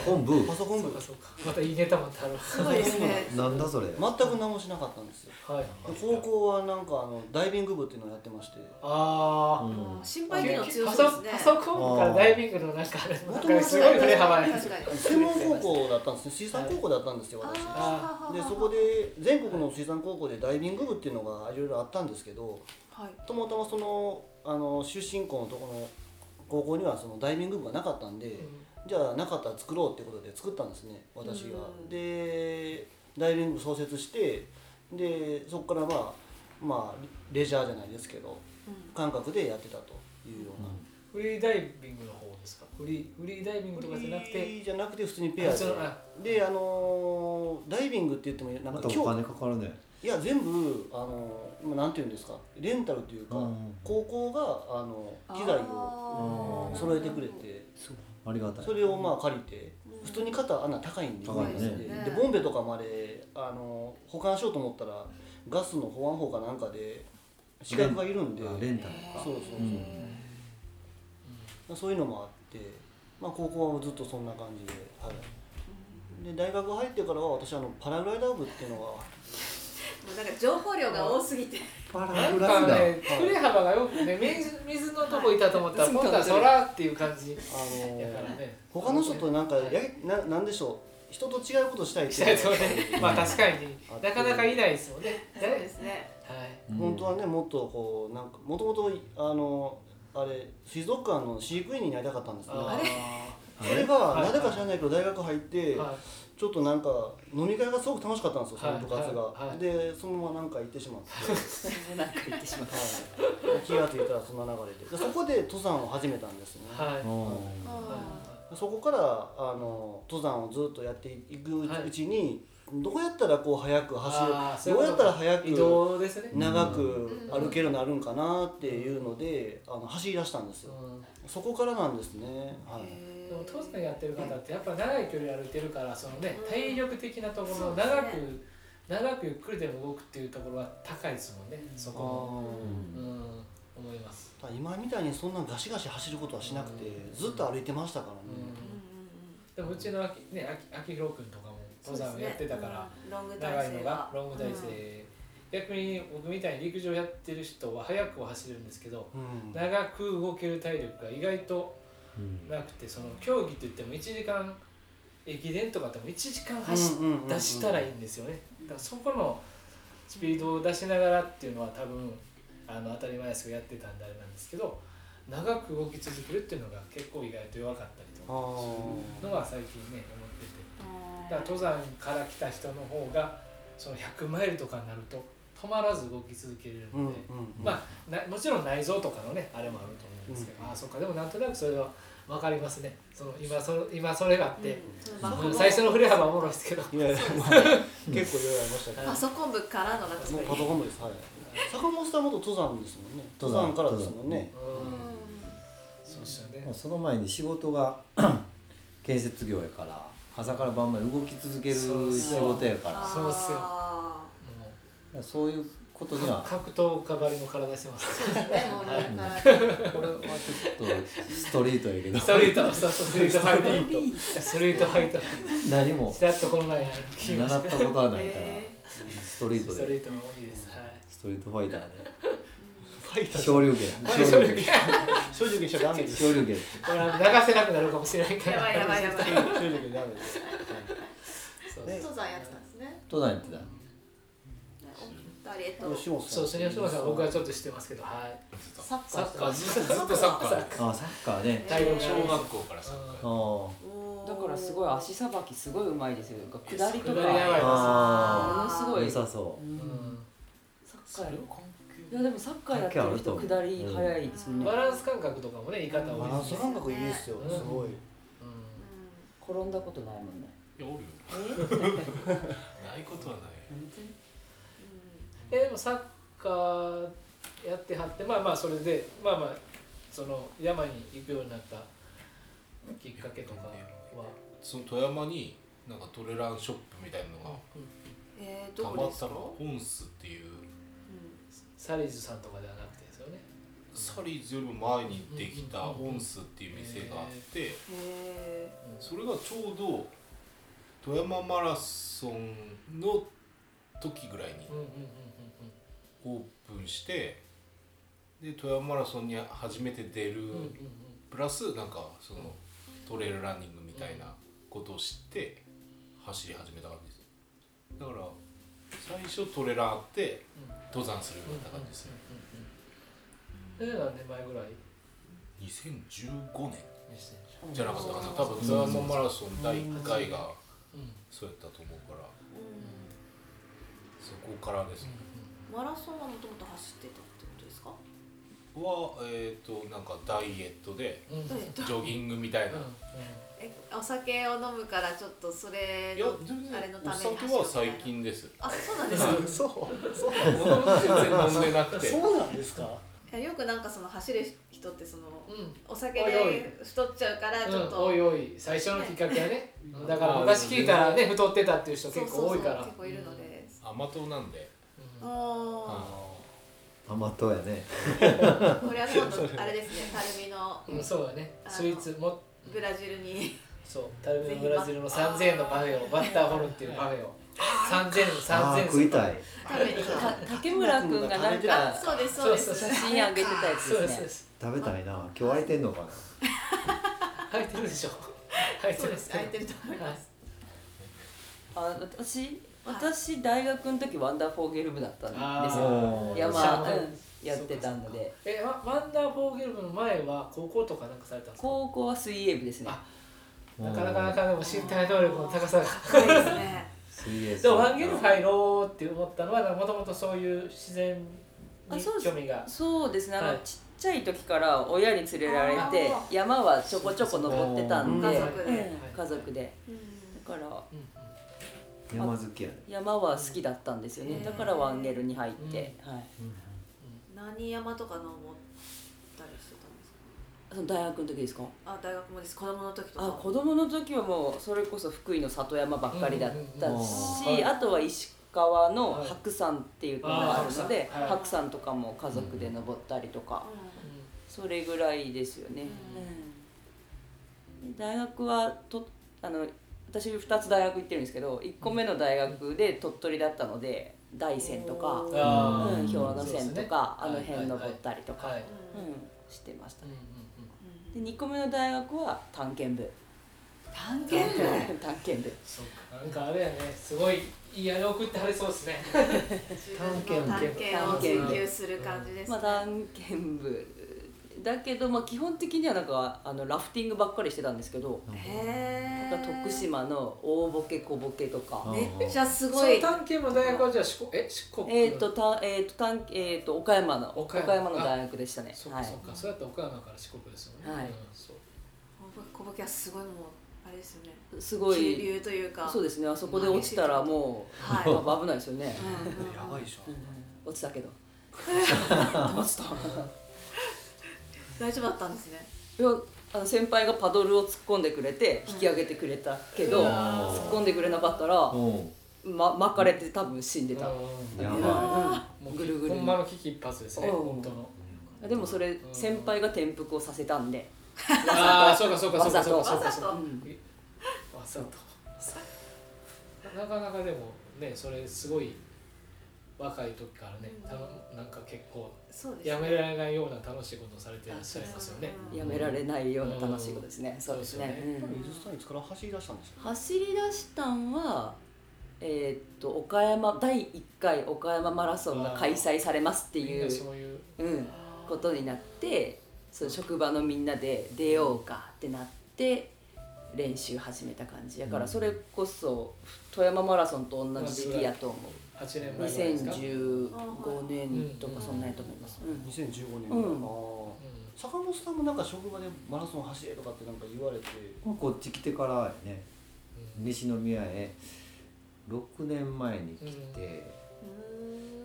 [SPEAKER 1] コン部
[SPEAKER 3] パソコン部
[SPEAKER 2] そう
[SPEAKER 7] パソコン部
[SPEAKER 2] かそうかまたいいネタもたる
[SPEAKER 1] すごいですね
[SPEAKER 3] なんだそれ
[SPEAKER 7] 全く何もしなかったんですよ
[SPEAKER 2] はい
[SPEAKER 7] で高校はなんかあのダイビング部っていうのをやってまして
[SPEAKER 2] あ
[SPEAKER 3] うん
[SPEAKER 1] 心
[SPEAKER 2] あ
[SPEAKER 1] 配機能強
[SPEAKER 2] パ
[SPEAKER 1] そ
[SPEAKER 2] ソ
[SPEAKER 1] うです
[SPEAKER 2] パ
[SPEAKER 1] ね
[SPEAKER 2] ソコン部からダイビングのなんかなんかすごい振れ幅です
[SPEAKER 1] 確かに
[SPEAKER 7] 専門高校だったんですね水産高校だったんですよ私
[SPEAKER 1] あー
[SPEAKER 7] でそこで全国の水産高校でダイビング部っていうのがいろいろあったんですけど
[SPEAKER 1] はい
[SPEAKER 7] たまたまそのあの出身校のとこの高校にはそのダイビング部がなかったんで、じゃあなかったら作ろうってことで作ったんですね私が。
[SPEAKER 1] うん
[SPEAKER 7] でダイビング部創設してでそこからまあまあレジャーじゃないですけど
[SPEAKER 1] うん
[SPEAKER 7] 感覚でやってたというような。
[SPEAKER 2] フリーダイビングの方ですかフリーフリーダイビングとかじゃなくて
[SPEAKER 7] じゃなくて普通にペア
[SPEAKER 2] あ
[SPEAKER 7] で
[SPEAKER 2] そうあ
[SPEAKER 7] であのーダイビングって言ってもな
[SPEAKER 3] ま
[SPEAKER 7] ん
[SPEAKER 3] た
[SPEAKER 7] か
[SPEAKER 3] お
[SPEAKER 7] 今
[SPEAKER 3] 金
[SPEAKER 7] 日
[SPEAKER 3] かかるね
[SPEAKER 7] いや全部あのまあなんていうんですかレンタルというか、
[SPEAKER 3] うん
[SPEAKER 7] 高校があの機材を
[SPEAKER 1] を
[SPEAKER 7] 揃えてくれて
[SPEAKER 3] ありがたい
[SPEAKER 7] それをまあ借りて
[SPEAKER 1] うん
[SPEAKER 7] 普通に肩穴高いんで
[SPEAKER 3] 高
[SPEAKER 1] いね
[SPEAKER 7] で
[SPEAKER 1] ね
[SPEAKER 7] でボンベとかまであの保管しようと思ったらガスの保安法かなんかで資格がいるんで
[SPEAKER 3] あレンタル
[SPEAKER 7] そうそうそうそういうのもあって、まあ、高校はずっとそんな感じで,、はい、で大学入ってからは私あのパラグライダー部っていうのが
[SPEAKER 1] もうなんか情報量が多すぎて
[SPEAKER 3] パ
[SPEAKER 2] な
[SPEAKER 3] ラ
[SPEAKER 2] ん
[SPEAKER 3] グラ
[SPEAKER 2] か
[SPEAKER 3] スだ
[SPEAKER 2] ね、振れ幅がよくね、水水のとこいたと思ったら、今度は空っていう感じ。
[SPEAKER 7] あの
[SPEAKER 2] だからね。
[SPEAKER 7] 他の人となんかやななんでしょう人と違うことしたいっ
[SPEAKER 2] してた
[SPEAKER 7] い
[SPEAKER 2] いうと
[SPEAKER 7] の
[SPEAKER 2] ね
[SPEAKER 7] が、
[SPEAKER 2] ま あ確かに、なかなかいないですよね。
[SPEAKER 1] そうですね
[SPEAKER 2] はい。
[SPEAKER 3] うん
[SPEAKER 7] 本当はねもっとこうなんかもともとあのあれ水族館の飼育員になりたかったんですね
[SPEAKER 2] あ
[SPEAKER 7] それ
[SPEAKER 2] は
[SPEAKER 7] が
[SPEAKER 2] い
[SPEAKER 7] なぜか知らないけど大学入って
[SPEAKER 2] ーはい
[SPEAKER 7] ちょっとなんか飲み会がすごく楽しかったんですよその部活
[SPEAKER 2] はいはいは
[SPEAKER 7] が
[SPEAKER 2] い
[SPEAKER 7] でそのままなんか行ってし まって
[SPEAKER 5] なんか言ってしまった
[SPEAKER 7] はい、気が付いたらそんな流れででそこで登山を始めたんですね、
[SPEAKER 2] はい。はい。
[SPEAKER 3] あ
[SPEAKER 7] そこからあの登山をずっとやっていく
[SPEAKER 2] はいう
[SPEAKER 7] ちに、どうやったらこう速く
[SPEAKER 2] あー
[SPEAKER 7] 走
[SPEAKER 2] そう
[SPEAKER 7] る
[SPEAKER 2] いう
[SPEAKER 7] ど
[SPEAKER 2] こと
[SPEAKER 7] うやったら速
[SPEAKER 2] 移
[SPEAKER 7] く
[SPEAKER 2] 動ですね。うん
[SPEAKER 7] 長く歩けるようになるんかなっていうのであの走り出したんですよそこからなんですね、はい、
[SPEAKER 1] へ
[SPEAKER 2] でも
[SPEAKER 1] ー
[SPEAKER 2] 登山やってる方ってやっぱ長い距離歩いてるからそのね体力的なところを長く長くゆっくりでも動くっていうところは高いですもんねそこもうん思います
[SPEAKER 7] ただ今みたいにそんなガシガシ走ることはしなくて
[SPEAKER 2] うん
[SPEAKER 7] ずっと歩いてましたからね、
[SPEAKER 2] うん
[SPEAKER 1] うんうん
[SPEAKER 2] でもうちのあきねあきあきひろくんとかも
[SPEAKER 1] うん
[SPEAKER 2] 登山をやってたから、
[SPEAKER 1] そうですね
[SPEAKER 2] 長い
[SPEAKER 1] うんロング体制
[SPEAKER 2] のが
[SPEAKER 1] は
[SPEAKER 2] ロング体制、逆に僕みたいに陸上やってる人は速くは走るんですけど
[SPEAKER 7] うん
[SPEAKER 2] 長く動ける体力が意外と
[SPEAKER 3] うん
[SPEAKER 2] なくてその競技といっても1時間駅伝とかでも1時間走っ
[SPEAKER 7] うんうんうんうん
[SPEAKER 2] 出したらいいんですよねだからそこのスピードを出しながらっていうのは多分あの当たり前ですけどやってたんであれなんですけど長く動き続けるっていうのが結構意外と弱かったりと
[SPEAKER 7] あ
[SPEAKER 2] か
[SPEAKER 7] ー
[SPEAKER 2] のは最近ね思ってて。
[SPEAKER 1] うん
[SPEAKER 2] だから登山から来た人の方がその100マイルとかになると止まらず動き続けれる
[SPEAKER 7] うんう
[SPEAKER 2] の
[SPEAKER 7] ん
[SPEAKER 2] で、まあなもちろん内臓とかのねあれもあると思うんですけど、ああそうかでもなんとなくそれは分かりますねその今その今それがあって、
[SPEAKER 1] うん
[SPEAKER 2] まあ
[SPEAKER 1] その
[SPEAKER 2] 最初の振れ幅おもろいですけど
[SPEAKER 7] いやいや、まあ、結構いろいろありましたけど
[SPEAKER 1] パソコン部からの夏
[SPEAKER 7] もうパソコンもです。はい。坂本さんは元登山ですもんね。
[SPEAKER 3] 登
[SPEAKER 7] 登
[SPEAKER 3] 山
[SPEAKER 7] 山からですもんね。
[SPEAKER 2] うんそうっすよね
[SPEAKER 3] まあその前に仕事が 建設業やから朝から晩まで動き続ける
[SPEAKER 2] そうそう
[SPEAKER 3] 仕事やから
[SPEAKER 2] そうっすよ
[SPEAKER 1] あ
[SPEAKER 2] も
[SPEAKER 3] そういうこと には
[SPEAKER 2] 格闘家ばりの体してます
[SPEAKER 1] そうですね、もうなんか、
[SPEAKER 3] これはちょっとストリートやけど
[SPEAKER 2] ストリートストリートファイ
[SPEAKER 5] いい
[SPEAKER 2] トストリートファイト
[SPEAKER 3] 何も
[SPEAKER 2] ちらっとこの前聞き
[SPEAKER 3] 習
[SPEAKER 2] ま
[SPEAKER 3] っ
[SPEAKER 2] したた
[SPEAKER 3] ことはないから
[SPEAKER 1] え
[SPEAKER 3] ストリート
[SPEAKER 2] スト
[SPEAKER 3] で
[SPEAKER 2] リートの多いですはい
[SPEAKER 3] ストリートファイターで
[SPEAKER 2] ファイト
[SPEAKER 3] 昇竜 拳昇竜拳
[SPEAKER 7] 正直にしちゃダメです
[SPEAKER 3] 昇竜拳
[SPEAKER 2] これは流せなくなるかもしれない
[SPEAKER 1] ー、
[SPEAKER 2] か
[SPEAKER 1] やばいや
[SPEAKER 2] ら
[SPEAKER 1] ばいやばい。
[SPEAKER 7] 正直にダメです
[SPEAKER 2] そう
[SPEAKER 7] ね
[SPEAKER 1] 登山やってたんですね。
[SPEAKER 3] どうなんやってた
[SPEAKER 1] ねお二人と
[SPEAKER 7] 吉本さ
[SPEAKER 2] そ
[SPEAKER 7] ん
[SPEAKER 2] うですね吉村さんは僕はちょっと知ってますけどはい
[SPEAKER 1] サッ
[SPEAKER 2] サ
[SPEAKER 1] カーし
[SPEAKER 2] ッ
[SPEAKER 1] て
[SPEAKER 2] カ
[SPEAKER 1] た
[SPEAKER 2] ー
[SPEAKER 1] んです
[SPEAKER 2] ずっ
[SPEAKER 6] ずっとサッカー
[SPEAKER 2] ー
[SPEAKER 3] あサッカーね
[SPEAKER 1] ね。
[SPEAKER 2] 体力
[SPEAKER 6] 小学校からさ
[SPEAKER 3] あー
[SPEAKER 1] おー
[SPEAKER 5] だからすごい足さばきすごい上手いですよなんか下り
[SPEAKER 2] 下
[SPEAKER 5] と
[SPEAKER 2] りやばい
[SPEAKER 5] か
[SPEAKER 3] あ
[SPEAKER 5] ものす
[SPEAKER 3] あ
[SPEAKER 5] ごい
[SPEAKER 3] 良さそううん
[SPEAKER 2] う
[SPEAKER 5] サッカーやるいやでもサッカーやってる人下り早いですもん
[SPEAKER 2] ん
[SPEAKER 5] ね
[SPEAKER 2] バランス感覚とかもね言い方
[SPEAKER 7] バ
[SPEAKER 2] 多
[SPEAKER 7] ラ
[SPEAKER 2] い
[SPEAKER 7] ン
[SPEAKER 2] で
[SPEAKER 7] ス
[SPEAKER 2] すね
[SPEAKER 7] 感覚いいですよ
[SPEAKER 2] うん
[SPEAKER 7] すごい
[SPEAKER 1] うん
[SPEAKER 2] う
[SPEAKER 5] 転んだことないもんね
[SPEAKER 6] いやおるよ
[SPEAKER 5] え
[SPEAKER 6] ないことはない
[SPEAKER 2] んえでもサッカーやってはってまあまあそれでまあまあその山に行くようになったきっかけとかは
[SPEAKER 6] その富山になんかトレランショップみたいなのが
[SPEAKER 1] えー、
[SPEAKER 6] た
[SPEAKER 1] ど
[SPEAKER 6] ま
[SPEAKER 1] こです
[SPEAKER 6] た
[SPEAKER 1] か
[SPEAKER 6] まホンスっていう
[SPEAKER 2] サリーズさんとかではなくてですよね
[SPEAKER 6] サリーズよりも前にできたホンスっていう店があって
[SPEAKER 1] うんへ
[SPEAKER 6] それがちょうど富山マラソンの時ぐらいに
[SPEAKER 2] うんうんうん
[SPEAKER 6] オープンしてで富山マラソンに初めて出る
[SPEAKER 2] うんうんうんうん
[SPEAKER 6] プラスなんかそのトレイルランニングみたいなことを知って走り始めた感じですだから最初トレランあって
[SPEAKER 2] うん
[SPEAKER 6] 登山するようになった感じですね
[SPEAKER 2] うんうんうんうんえ何年前ぐらい
[SPEAKER 6] 2015年
[SPEAKER 2] にしてんじ
[SPEAKER 6] じゃなかったかな多分ツアーソンマラソン第1回が
[SPEAKER 2] ゃんうん
[SPEAKER 6] そうやったと思うか
[SPEAKER 1] ー
[SPEAKER 6] ら
[SPEAKER 1] う
[SPEAKER 6] そこからですね
[SPEAKER 1] んマラソンはもともと走ってたってことですか
[SPEAKER 6] はえっ、となんかダイエットで
[SPEAKER 2] うんうんうん
[SPEAKER 1] ダイエット
[SPEAKER 6] ジョギングみたいな、
[SPEAKER 1] えお酒を飲むからちょっとそれ
[SPEAKER 6] いや
[SPEAKER 1] の
[SPEAKER 6] 全然
[SPEAKER 1] あれの
[SPEAKER 6] お
[SPEAKER 1] ために
[SPEAKER 6] 酒
[SPEAKER 1] 走
[SPEAKER 6] は
[SPEAKER 1] ろうみたい
[SPEAKER 6] 最
[SPEAKER 1] な
[SPEAKER 6] 近です
[SPEAKER 1] あそうなんですか
[SPEAKER 7] そう
[SPEAKER 6] 僕は全然飲んでなくて
[SPEAKER 7] そうなんですか
[SPEAKER 1] いやよくなんかその走る人ってその
[SPEAKER 2] うん
[SPEAKER 1] お酒
[SPEAKER 2] おい
[SPEAKER 1] で太っちゃうからちょっと、
[SPEAKER 2] うんおいおい最初のきっかけはねだから昔聞いたらね太ってたっていう人
[SPEAKER 1] そう
[SPEAKER 2] 結
[SPEAKER 1] そうそ
[SPEAKER 2] 構
[SPEAKER 1] う
[SPEAKER 2] 多いから
[SPEAKER 1] 結構いるのです、
[SPEAKER 6] 甘党なんで
[SPEAKER 1] う
[SPEAKER 2] うん
[SPEAKER 1] お
[SPEAKER 3] 甘党やね
[SPEAKER 1] ーこれは今度あれですねたるみの
[SPEAKER 2] うんうんそうだねスイーツも
[SPEAKER 1] ブラジル に
[SPEAKER 2] そうタルミのブラジルの3000円のパフェをバッターホルンっていうパフェを3000円3000
[SPEAKER 3] あー
[SPEAKER 2] 円
[SPEAKER 3] 食いたい
[SPEAKER 1] 食べに来た
[SPEAKER 5] た竹村くんがなん
[SPEAKER 1] あ
[SPEAKER 5] か
[SPEAKER 1] そうですそうで
[SPEAKER 2] そう
[SPEAKER 1] す
[SPEAKER 2] そう
[SPEAKER 5] 写真上げてたやつ
[SPEAKER 2] そうですすそう
[SPEAKER 5] でね
[SPEAKER 2] です
[SPEAKER 3] 食べたいな今日空いてんのかな
[SPEAKER 2] 入ってるでしょ入っ
[SPEAKER 1] そ
[SPEAKER 2] て
[SPEAKER 1] う
[SPEAKER 2] ま
[SPEAKER 1] ですす
[SPEAKER 2] け
[SPEAKER 1] 空い
[SPEAKER 2] ど
[SPEAKER 1] てると思います
[SPEAKER 5] あ私私大学の時ワンダーフォーゲル部だったんですよ
[SPEAKER 2] あ
[SPEAKER 3] ー
[SPEAKER 5] 山、
[SPEAKER 2] そう
[SPEAKER 5] うん、やってたので
[SPEAKER 2] えワワンダーフォーゲル部の前は高校とかなんかされたんですか
[SPEAKER 5] 高校は水泳部ですね
[SPEAKER 2] あなかなかなかでも身体能力の高さが
[SPEAKER 1] そうですね
[SPEAKER 3] 水泳
[SPEAKER 2] でもワンゲル入ろうって思ったのはもともとそういう自然
[SPEAKER 5] あ
[SPEAKER 2] に
[SPEAKER 5] そうです
[SPEAKER 2] 興味が
[SPEAKER 5] そうですねあの、
[SPEAKER 2] はい
[SPEAKER 5] ちっちゃい時から親に連れられて
[SPEAKER 1] あ
[SPEAKER 5] 山はちょこちょこ登ってたんで
[SPEAKER 1] 家族で
[SPEAKER 5] うん家族で
[SPEAKER 1] うん
[SPEAKER 5] だから
[SPEAKER 2] うんうん
[SPEAKER 3] 山好きやね
[SPEAKER 5] 山は好きだったんですよね、
[SPEAKER 2] うん
[SPEAKER 5] だからワンゲルに入って、はい、
[SPEAKER 1] 何山とか登ったりしてたんです
[SPEAKER 5] その大学の時ですか
[SPEAKER 1] かあ大学もです子供の時とか
[SPEAKER 5] あ子供の時はもうそれこそ福井の里山ばっかりだった
[SPEAKER 3] うんうんうん
[SPEAKER 5] し、
[SPEAKER 2] はい
[SPEAKER 5] あとは石川
[SPEAKER 2] は
[SPEAKER 5] の
[SPEAKER 2] い
[SPEAKER 5] 白山っていうのがあるので、
[SPEAKER 2] あー白山はい
[SPEAKER 5] 白山とかも家族で登ったりとか、それぐらいですよね、うん大学はとあの私2つ大学行ってるんですけど1個目の大学で鳥取だったので大山とか、
[SPEAKER 1] うん
[SPEAKER 2] あー
[SPEAKER 5] うん、兵庫
[SPEAKER 2] そうです
[SPEAKER 5] 線
[SPEAKER 2] ね
[SPEAKER 5] とか、あの
[SPEAKER 2] はい
[SPEAKER 5] 辺
[SPEAKER 2] はいはい
[SPEAKER 5] 登ったりとか、
[SPEAKER 2] はい
[SPEAKER 1] うんうん
[SPEAKER 5] うん、してました
[SPEAKER 2] うんうん
[SPEAKER 5] ね
[SPEAKER 2] うん
[SPEAKER 5] で2個目の大学は探検部
[SPEAKER 1] 探
[SPEAKER 5] 探
[SPEAKER 1] 検部
[SPEAKER 5] 検部
[SPEAKER 2] そうかなんかあれやねすごいいいあれ送ってはれそうですね
[SPEAKER 1] 探検探検を追求する感じです
[SPEAKER 5] まあ、探検部だけど、まあ、基本的にはなんかあのラフティングばっかりしてたんですけど、
[SPEAKER 1] へ
[SPEAKER 5] なんか
[SPEAKER 1] え
[SPEAKER 5] 徳島の大ボケ小ボケとか、
[SPEAKER 3] あ
[SPEAKER 1] めっちゃす
[SPEAKER 2] そ
[SPEAKER 1] ご
[SPEAKER 2] の
[SPEAKER 1] い
[SPEAKER 2] 探検の大学はじゃあ四国え四国
[SPEAKER 5] えっ、とたえっ、とたんえっ、と岡山の
[SPEAKER 2] 岡
[SPEAKER 5] 岡
[SPEAKER 2] 山
[SPEAKER 5] 山の大学でしたね
[SPEAKER 2] そう
[SPEAKER 5] は
[SPEAKER 2] か
[SPEAKER 5] い
[SPEAKER 2] そうか、そうやったら岡山から四国ですよね
[SPEAKER 5] はい
[SPEAKER 2] うんそう
[SPEAKER 1] 小ボケはすごいもうあれですよね
[SPEAKER 5] すご
[SPEAKER 1] 急
[SPEAKER 5] い
[SPEAKER 1] 流というか
[SPEAKER 5] そうですねあそこで落ちたらもう、
[SPEAKER 1] はい
[SPEAKER 5] まあ危ないですよね、
[SPEAKER 1] うんうん
[SPEAKER 7] やばいでしょ
[SPEAKER 5] 落ちたけど落ちた
[SPEAKER 1] 大丈夫だったんですね
[SPEAKER 5] いやあの先輩がパドルを突っ込んでくれて引き上げてくれたけど、
[SPEAKER 1] うん
[SPEAKER 5] 突っ込んでくれなかったら
[SPEAKER 3] うん
[SPEAKER 5] ま、巻かれて多分死んでた、
[SPEAKER 3] やばい
[SPEAKER 5] うん
[SPEAKER 2] もう
[SPEAKER 5] ぐるぐる
[SPEAKER 2] ほんまの危機一髪ですね
[SPEAKER 5] うん
[SPEAKER 2] 本当の
[SPEAKER 5] でもそれ先輩が転覆をさせたんで、
[SPEAKER 2] ああそうかそうかそうかそうかそう
[SPEAKER 1] わ
[SPEAKER 2] か
[SPEAKER 1] ざ
[SPEAKER 2] そう
[SPEAKER 1] と
[SPEAKER 2] か
[SPEAKER 5] うん
[SPEAKER 2] わざとなかなかでもねそれすごい若い時からねたのなんか結構
[SPEAKER 1] そうですね
[SPEAKER 2] やめられないような楽しいことをされていらっしゃいますよね
[SPEAKER 1] うん
[SPEAKER 5] やめられないような楽しいことですね、
[SPEAKER 2] うん
[SPEAKER 5] そうです
[SPEAKER 2] そうですよ
[SPEAKER 5] ね
[SPEAKER 2] ね
[SPEAKER 5] うん
[SPEAKER 7] 水さんいつから走り出したんですか
[SPEAKER 5] 走り出したんはえーっと岡山第1回岡山マラソンが開催されますって
[SPEAKER 2] みん
[SPEAKER 5] い
[SPEAKER 2] な
[SPEAKER 5] う、
[SPEAKER 2] そういう
[SPEAKER 5] うん、ことになってその職場のみんなで出ようかってなって練習始めた感じやからそれこそ富山マラソンと同じ時期やと思う
[SPEAKER 2] 8年前ぐらいですか
[SPEAKER 5] 2015年とかそんなんやと思います、うん
[SPEAKER 7] 2015年
[SPEAKER 5] うん
[SPEAKER 7] あー坂本さんもなんか職場でマラソン走れとかってなんか言われて
[SPEAKER 3] まあこっち来てからやね西宮へ6年前に来て、
[SPEAKER 1] うん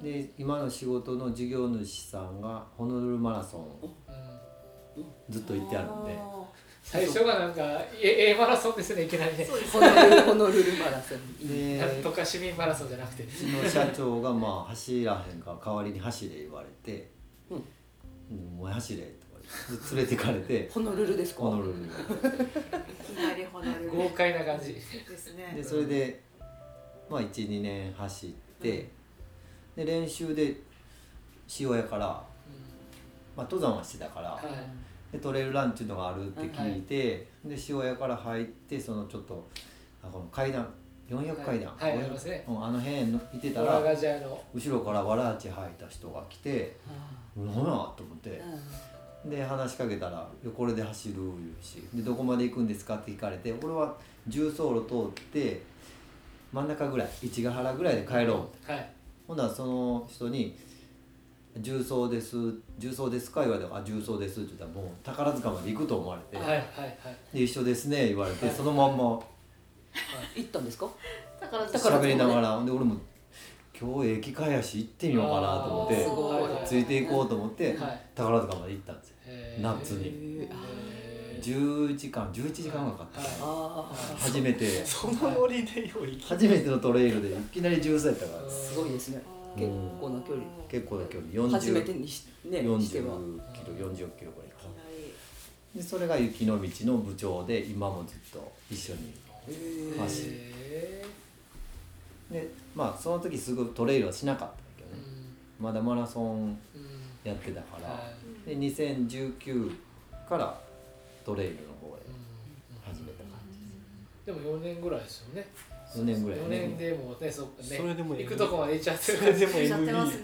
[SPEAKER 3] で今の仕事の事業主さんがホノルルマラソンを
[SPEAKER 2] うんうん
[SPEAKER 3] ずっと行ってあるんで
[SPEAKER 2] 最初がなんかええマラソンですねいきなりね
[SPEAKER 1] そうです
[SPEAKER 5] ホノルルホノルルマラソン
[SPEAKER 3] で
[SPEAKER 2] なんとか市民マラソンじゃなくて
[SPEAKER 3] うちの社長がまあ走らへんから代わりに走れ言われて「
[SPEAKER 5] う
[SPEAKER 3] うん、お前走れ」とか言って連れてかれて
[SPEAKER 5] ホノルルですか
[SPEAKER 3] ホノルルに
[SPEAKER 1] いきなりホノル
[SPEAKER 2] 豪
[SPEAKER 1] ル
[SPEAKER 2] 快な感じ
[SPEAKER 1] ですね
[SPEAKER 3] でそれで、まあ、12年走って、で練習で塩屋から、まあ、登山はしてたから、
[SPEAKER 2] はい
[SPEAKER 3] でトレイルランっていうのがあるって聞いて、で塩屋から入ってそのちょっとあこの階段400階段、
[SPEAKER 2] はいはい
[SPEAKER 3] 400
[SPEAKER 2] ありますね
[SPEAKER 3] うんあの辺のいてた
[SPEAKER 2] ドラ
[SPEAKER 3] ら
[SPEAKER 2] ガジャーの
[SPEAKER 3] 後ろからわらあち履いた人が来て「なんや?」と思って、で話しかけたら「いやこれで走る」言うし「でどこまで行くんですか?」って聞かれて俺は重走路通って真ん中ぐらい市ヶ原ぐらいで帰ろうって
[SPEAKER 2] はい
[SPEAKER 3] ほんならその人に「重曹です重曹ですか?」言われて「あ重曹です」って言ったらもう宝塚まで行くと思われて「
[SPEAKER 2] はいはいはい
[SPEAKER 3] で一緒ですね」言われてそのまんま
[SPEAKER 5] 行ったんですか
[SPEAKER 1] だから
[SPEAKER 5] だから
[SPEAKER 3] 喋りながらほんで俺も「今日駅開やし行ってみようかな」と思
[SPEAKER 2] あーすごい
[SPEAKER 3] ってついていこうと思って
[SPEAKER 2] はい
[SPEAKER 3] 宝塚まで行ったんですよ
[SPEAKER 2] えー
[SPEAKER 3] 夏に
[SPEAKER 5] え
[SPEAKER 2] えー
[SPEAKER 3] 10時間11時間かかった
[SPEAKER 2] はい
[SPEAKER 5] ああ
[SPEAKER 3] 初めて
[SPEAKER 7] そのノリでよ い
[SPEAKER 3] 初めてのトレイルでいきなり重曹やったから
[SPEAKER 5] すごいですね
[SPEAKER 3] うん
[SPEAKER 5] 結構な距離
[SPEAKER 3] 結構な距離
[SPEAKER 5] 初め
[SPEAKER 3] 40
[SPEAKER 5] てにし,、ね、
[SPEAKER 3] 40
[SPEAKER 5] し
[SPEAKER 3] キ
[SPEAKER 5] て
[SPEAKER 3] ロ
[SPEAKER 5] は
[SPEAKER 3] 40キロぐらいかでそれが雪の道の部長で今もずっと一緒に走る
[SPEAKER 2] え
[SPEAKER 3] でまあその時すぐトレイルはしなかったんだけど
[SPEAKER 2] ーう
[SPEAKER 3] ね
[SPEAKER 2] ん
[SPEAKER 3] まだマラソン
[SPEAKER 2] うん
[SPEAKER 3] やってたから、
[SPEAKER 2] は
[SPEAKER 3] で2019からトレイルの方へ
[SPEAKER 2] いうん
[SPEAKER 3] 始めた感じ
[SPEAKER 2] でも4年ぐらいですよね。
[SPEAKER 3] 4年ぐらいね
[SPEAKER 2] 4年でもうね、そっかね。
[SPEAKER 7] それでもいい
[SPEAKER 2] 行くとこまで行っちゃ ってる
[SPEAKER 7] それでも
[SPEAKER 1] 行っちゃってます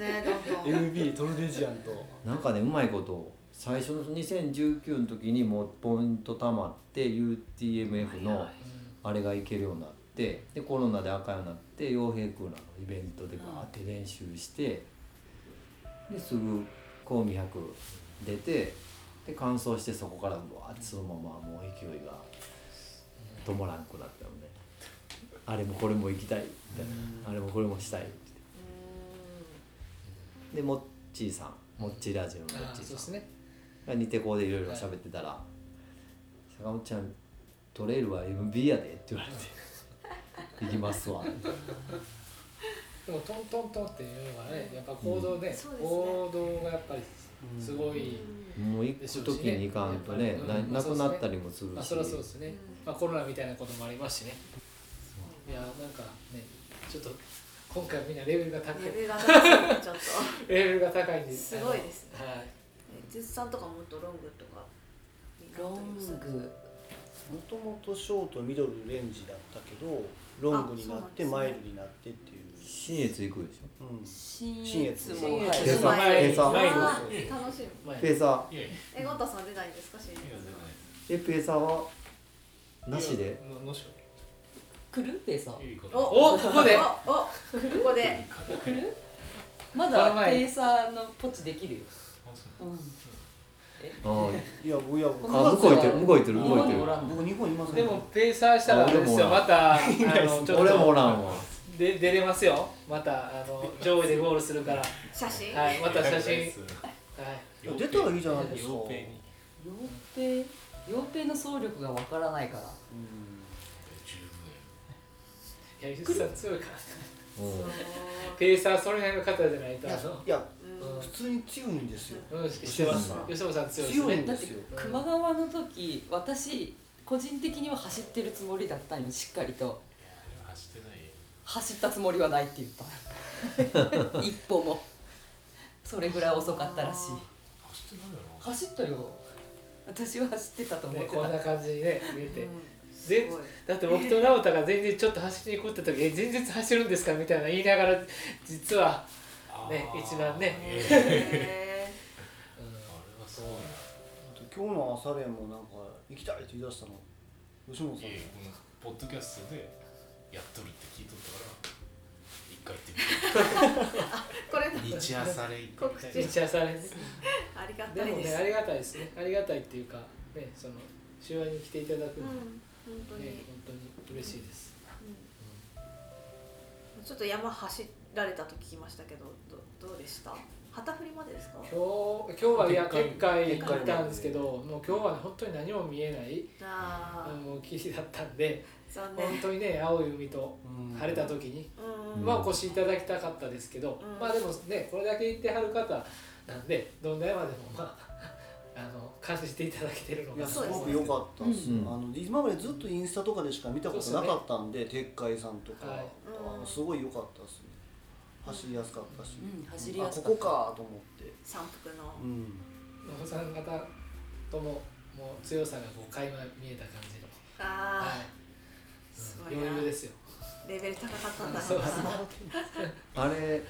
[SPEAKER 7] MB
[SPEAKER 1] ねどんどん
[SPEAKER 7] MB トルデジアンと
[SPEAKER 3] なんかねうまいことを最初の2019の時にもうポイントたまって UTMF のあれがいけるようになってでコロナで赤になって陽平クーラーのイベントでバーって練習してですぐ高200出てで完走してそこからうわーってそのままもう勢いが止まらんくなったのであれもこれも行きたいみたいなあれもこれもしたいってでモッチーさんモッチーラジオの
[SPEAKER 2] あ
[SPEAKER 3] モッ
[SPEAKER 2] ー
[SPEAKER 3] チ
[SPEAKER 2] そう
[SPEAKER 3] ー
[SPEAKER 2] です
[SPEAKER 3] さん
[SPEAKER 2] ね。
[SPEAKER 3] が似てこうでいろいろ喋ってたら「坂本ちゃんトレイルは MB やで」って言われ て「行きますわ」
[SPEAKER 2] でもトントントンっていうのがね、やっぱ行
[SPEAKER 1] そ
[SPEAKER 2] 動ね、
[SPEAKER 1] うですね
[SPEAKER 2] 行動がやっぱりすごい。
[SPEAKER 3] もう行く時に行かんとね
[SPEAKER 2] うん
[SPEAKER 3] な
[SPEAKER 2] うん
[SPEAKER 3] なくなったりもする
[SPEAKER 2] まあ
[SPEAKER 3] し
[SPEAKER 2] そりゃそうですね。まあコロナみたいなこともありますしね。いやなんかね、ちょっと今回みんなレベルが高い
[SPEAKER 1] レ、ベルが高いですねちょっと
[SPEAKER 2] レベルが高いんです。
[SPEAKER 1] すごいですね
[SPEAKER 2] あのはい。
[SPEAKER 1] 実さんとかもっとロングとか
[SPEAKER 5] ロング
[SPEAKER 7] もともとショートミドルレンジだったけどロングになって
[SPEAKER 1] あそう
[SPEAKER 7] マ
[SPEAKER 1] なんですね
[SPEAKER 7] イルになってっていう、
[SPEAKER 3] 新越行くでしょ
[SPEAKER 7] うん、
[SPEAKER 5] 新越
[SPEAKER 7] 新越
[SPEAKER 5] も、はい、
[SPEAKER 3] 今朝
[SPEAKER 2] 前に
[SPEAKER 3] 今朝
[SPEAKER 2] 前に
[SPEAKER 1] あー楽しみ
[SPEAKER 2] 前に
[SPEAKER 3] ペーサー
[SPEAKER 6] いやいやいや
[SPEAKER 1] えゴンタさん出ないんですか新
[SPEAKER 6] 全然
[SPEAKER 3] えペーサーはなしで
[SPEAKER 6] いやののしよ
[SPEAKER 5] クルーペさん
[SPEAKER 6] ういいかな
[SPEAKER 2] お、ここで。
[SPEAKER 1] おおここで
[SPEAKER 5] まだペーサーのポチできるよ、
[SPEAKER 6] あそう
[SPEAKER 5] うん、
[SPEAKER 3] あ
[SPEAKER 7] いやいや
[SPEAKER 3] あ
[SPEAKER 7] 僕
[SPEAKER 5] あ
[SPEAKER 3] 向こう 行ってる向こう行ってる向こう行っ
[SPEAKER 5] 今
[SPEAKER 3] て
[SPEAKER 5] も
[SPEAKER 3] る
[SPEAKER 5] おらんの
[SPEAKER 7] 僕日本いません
[SPEAKER 2] でもペーサーしたらあれですよまたあのちょっ
[SPEAKER 3] 俺もお
[SPEAKER 2] と
[SPEAKER 3] らんわ
[SPEAKER 2] で出れますよまたあの上位でゴールするから
[SPEAKER 1] 写真
[SPEAKER 2] はいまた写真はい
[SPEAKER 7] いや出たらいいじゃないですか
[SPEAKER 6] 傭兵に
[SPEAKER 5] 傭兵傭兵の総力がわからないから
[SPEAKER 7] うん
[SPEAKER 6] 十
[SPEAKER 2] い
[SPEAKER 6] 分
[SPEAKER 2] やゆうさん強いから
[SPEAKER 3] うん
[SPEAKER 2] ペーサーそれ辺の方じゃないと
[SPEAKER 7] い
[SPEAKER 2] あ
[SPEAKER 7] や
[SPEAKER 2] の
[SPEAKER 7] いや
[SPEAKER 2] うん
[SPEAKER 7] 普通に強いんですよ
[SPEAKER 2] うん、知ってます。吉本さん強いです
[SPEAKER 7] 強いん
[SPEAKER 2] ね。
[SPEAKER 7] ですよ
[SPEAKER 2] うん
[SPEAKER 5] 熊川の時私個人的には走ってるつもりだったんよしっかりと
[SPEAKER 6] 走ってない
[SPEAKER 5] 走ったつもりはないって言っ た一歩もそれぐらい遅かったらしい
[SPEAKER 6] 走ってないだろ
[SPEAKER 5] 走ったよ私は走ってたと思っ
[SPEAKER 2] ね、
[SPEAKER 5] てた、
[SPEAKER 2] こんな感じにね、見えて。全
[SPEAKER 1] ごい
[SPEAKER 2] だって僕と直太が全然ちょっと走りに行くって時え全然走るんですかみたいな言いながら実は、
[SPEAKER 6] あー
[SPEAKER 2] ね一番ね
[SPEAKER 6] ええ
[SPEAKER 1] へ
[SPEAKER 2] うん
[SPEAKER 6] あれはそうな
[SPEAKER 7] あと今日の朝練もなんか行きたいって言い出したの吉本さ
[SPEAKER 6] ん
[SPEAKER 7] ん
[SPEAKER 6] いや
[SPEAKER 7] が
[SPEAKER 6] このポッドキャストでやっとるって聞いとったから一回行って
[SPEAKER 1] これだ
[SPEAKER 6] みる日朝 で行って
[SPEAKER 1] 告
[SPEAKER 2] めっ
[SPEAKER 1] 知
[SPEAKER 2] ちゃされて
[SPEAKER 1] ありが
[SPEAKER 2] で
[SPEAKER 1] たい
[SPEAKER 2] も
[SPEAKER 1] で
[SPEAKER 2] ね
[SPEAKER 1] す
[SPEAKER 2] ありがたいですねありがたいっていうかねその週話に来ていただ
[SPEAKER 1] う
[SPEAKER 2] く
[SPEAKER 1] ん
[SPEAKER 2] の、
[SPEAKER 1] 本当に、
[SPEAKER 2] ね本当に嬉しいです
[SPEAKER 1] うんちょっと山走られたと聞きましたけどどどうでした旗振りまでですか
[SPEAKER 2] 今日今日はいや
[SPEAKER 6] でっ
[SPEAKER 2] 結界
[SPEAKER 1] でっかい
[SPEAKER 2] 行ったんですけどもう今日はね本当に何も見えない
[SPEAKER 1] ああ
[SPEAKER 2] もう霧だったんで
[SPEAKER 1] 残念
[SPEAKER 2] 本当にね青い海と
[SPEAKER 7] うん
[SPEAKER 2] 晴れた時に
[SPEAKER 1] うんん
[SPEAKER 2] まあお越しいただきたかったですけど、
[SPEAKER 1] うん
[SPEAKER 2] まあでもねこれだけ言ってはる方なんでどんな山でもまあ あの感じていただけてるの
[SPEAKER 7] い
[SPEAKER 2] が
[SPEAKER 7] や
[SPEAKER 1] そう
[SPEAKER 7] す
[SPEAKER 1] ですね
[SPEAKER 7] ごく良かったです、
[SPEAKER 3] うん
[SPEAKER 7] あの今までずっとインスタとかでしか見たことなかったんで鉄海さんとか、
[SPEAKER 2] はい
[SPEAKER 7] あのすごい良かったですね走りやすかったし、
[SPEAKER 5] うん走りやすか
[SPEAKER 7] あこ
[SPEAKER 5] った
[SPEAKER 7] こかと思って、
[SPEAKER 1] 山腹の
[SPEAKER 7] うん、
[SPEAKER 2] お三方とももう強さがこう垣間見えた感じの、は
[SPEAKER 1] あすご
[SPEAKER 2] い
[SPEAKER 1] い
[SPEAKER 2] うん、
[SPEAKER 1] な
[SPEAKER 2] 余裕ですよ
[SPEAKER 1] あレベル高かったんだ
[SPEAKER 2] そう
[SPEAKER 1] な
[SPEAKER 2] そう
[SPEAKER 3] あれ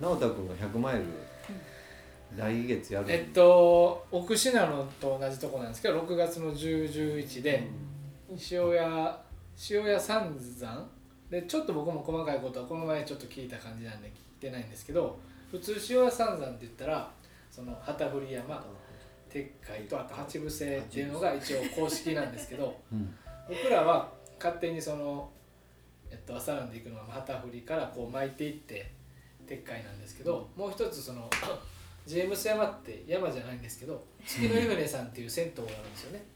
[SPEAKER 3] 直太君が100マイル来月やる
[SPEAKER 2] えっと奥信濃と同じとこなんですけど6月の1011で、塩屋塩屋三山でちょっと僕も細かいことはこの前ちょっと聞いた感じなんで聞いてないんですけど普通塩屋三山って言ったらその旗振山鉄海とあと八伏瀬っていうのが一応公式なんですけど
[SPEAKER 3] うん
[SPEAKER 2] 僕らは勝手にその、えっと、朝なんで行くのは旗振りからこう巻いていって鉄海なんですけどもう一つその ジェームス山って山じゃないんですけど月の湯船さんっていう銭湯があるんですよね。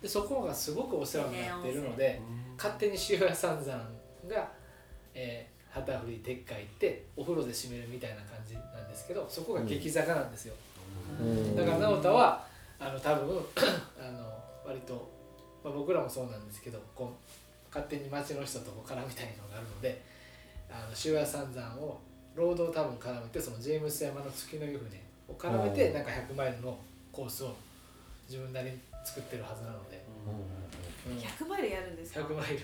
[SPEAKER 2] でそこがすごくお世話になってるので勝手に塩屋三山が、えー旗振り鉄海行ってお風呂で締めるみたいな感じなんですけどそこが激坂なんですよ。
[SPEAKER 3] うん
[SPEAKER 2] だから直太はあの多分 あの割と、まあ、僕らもそうなんですけどこう勝手に町の人とこう絡みたいのがあるのであの塩屋三山を労働多分絡めてそのジェームス山の月の湯船を絡めて
[SPEAKER 3] うん
[SPEAKER 2] なんか100マイルのコースを自分なりに作ってるはずなので、うん
[SPEAKER 1] 100マイルやるんですか
[SPEAKER 2] 100マイル。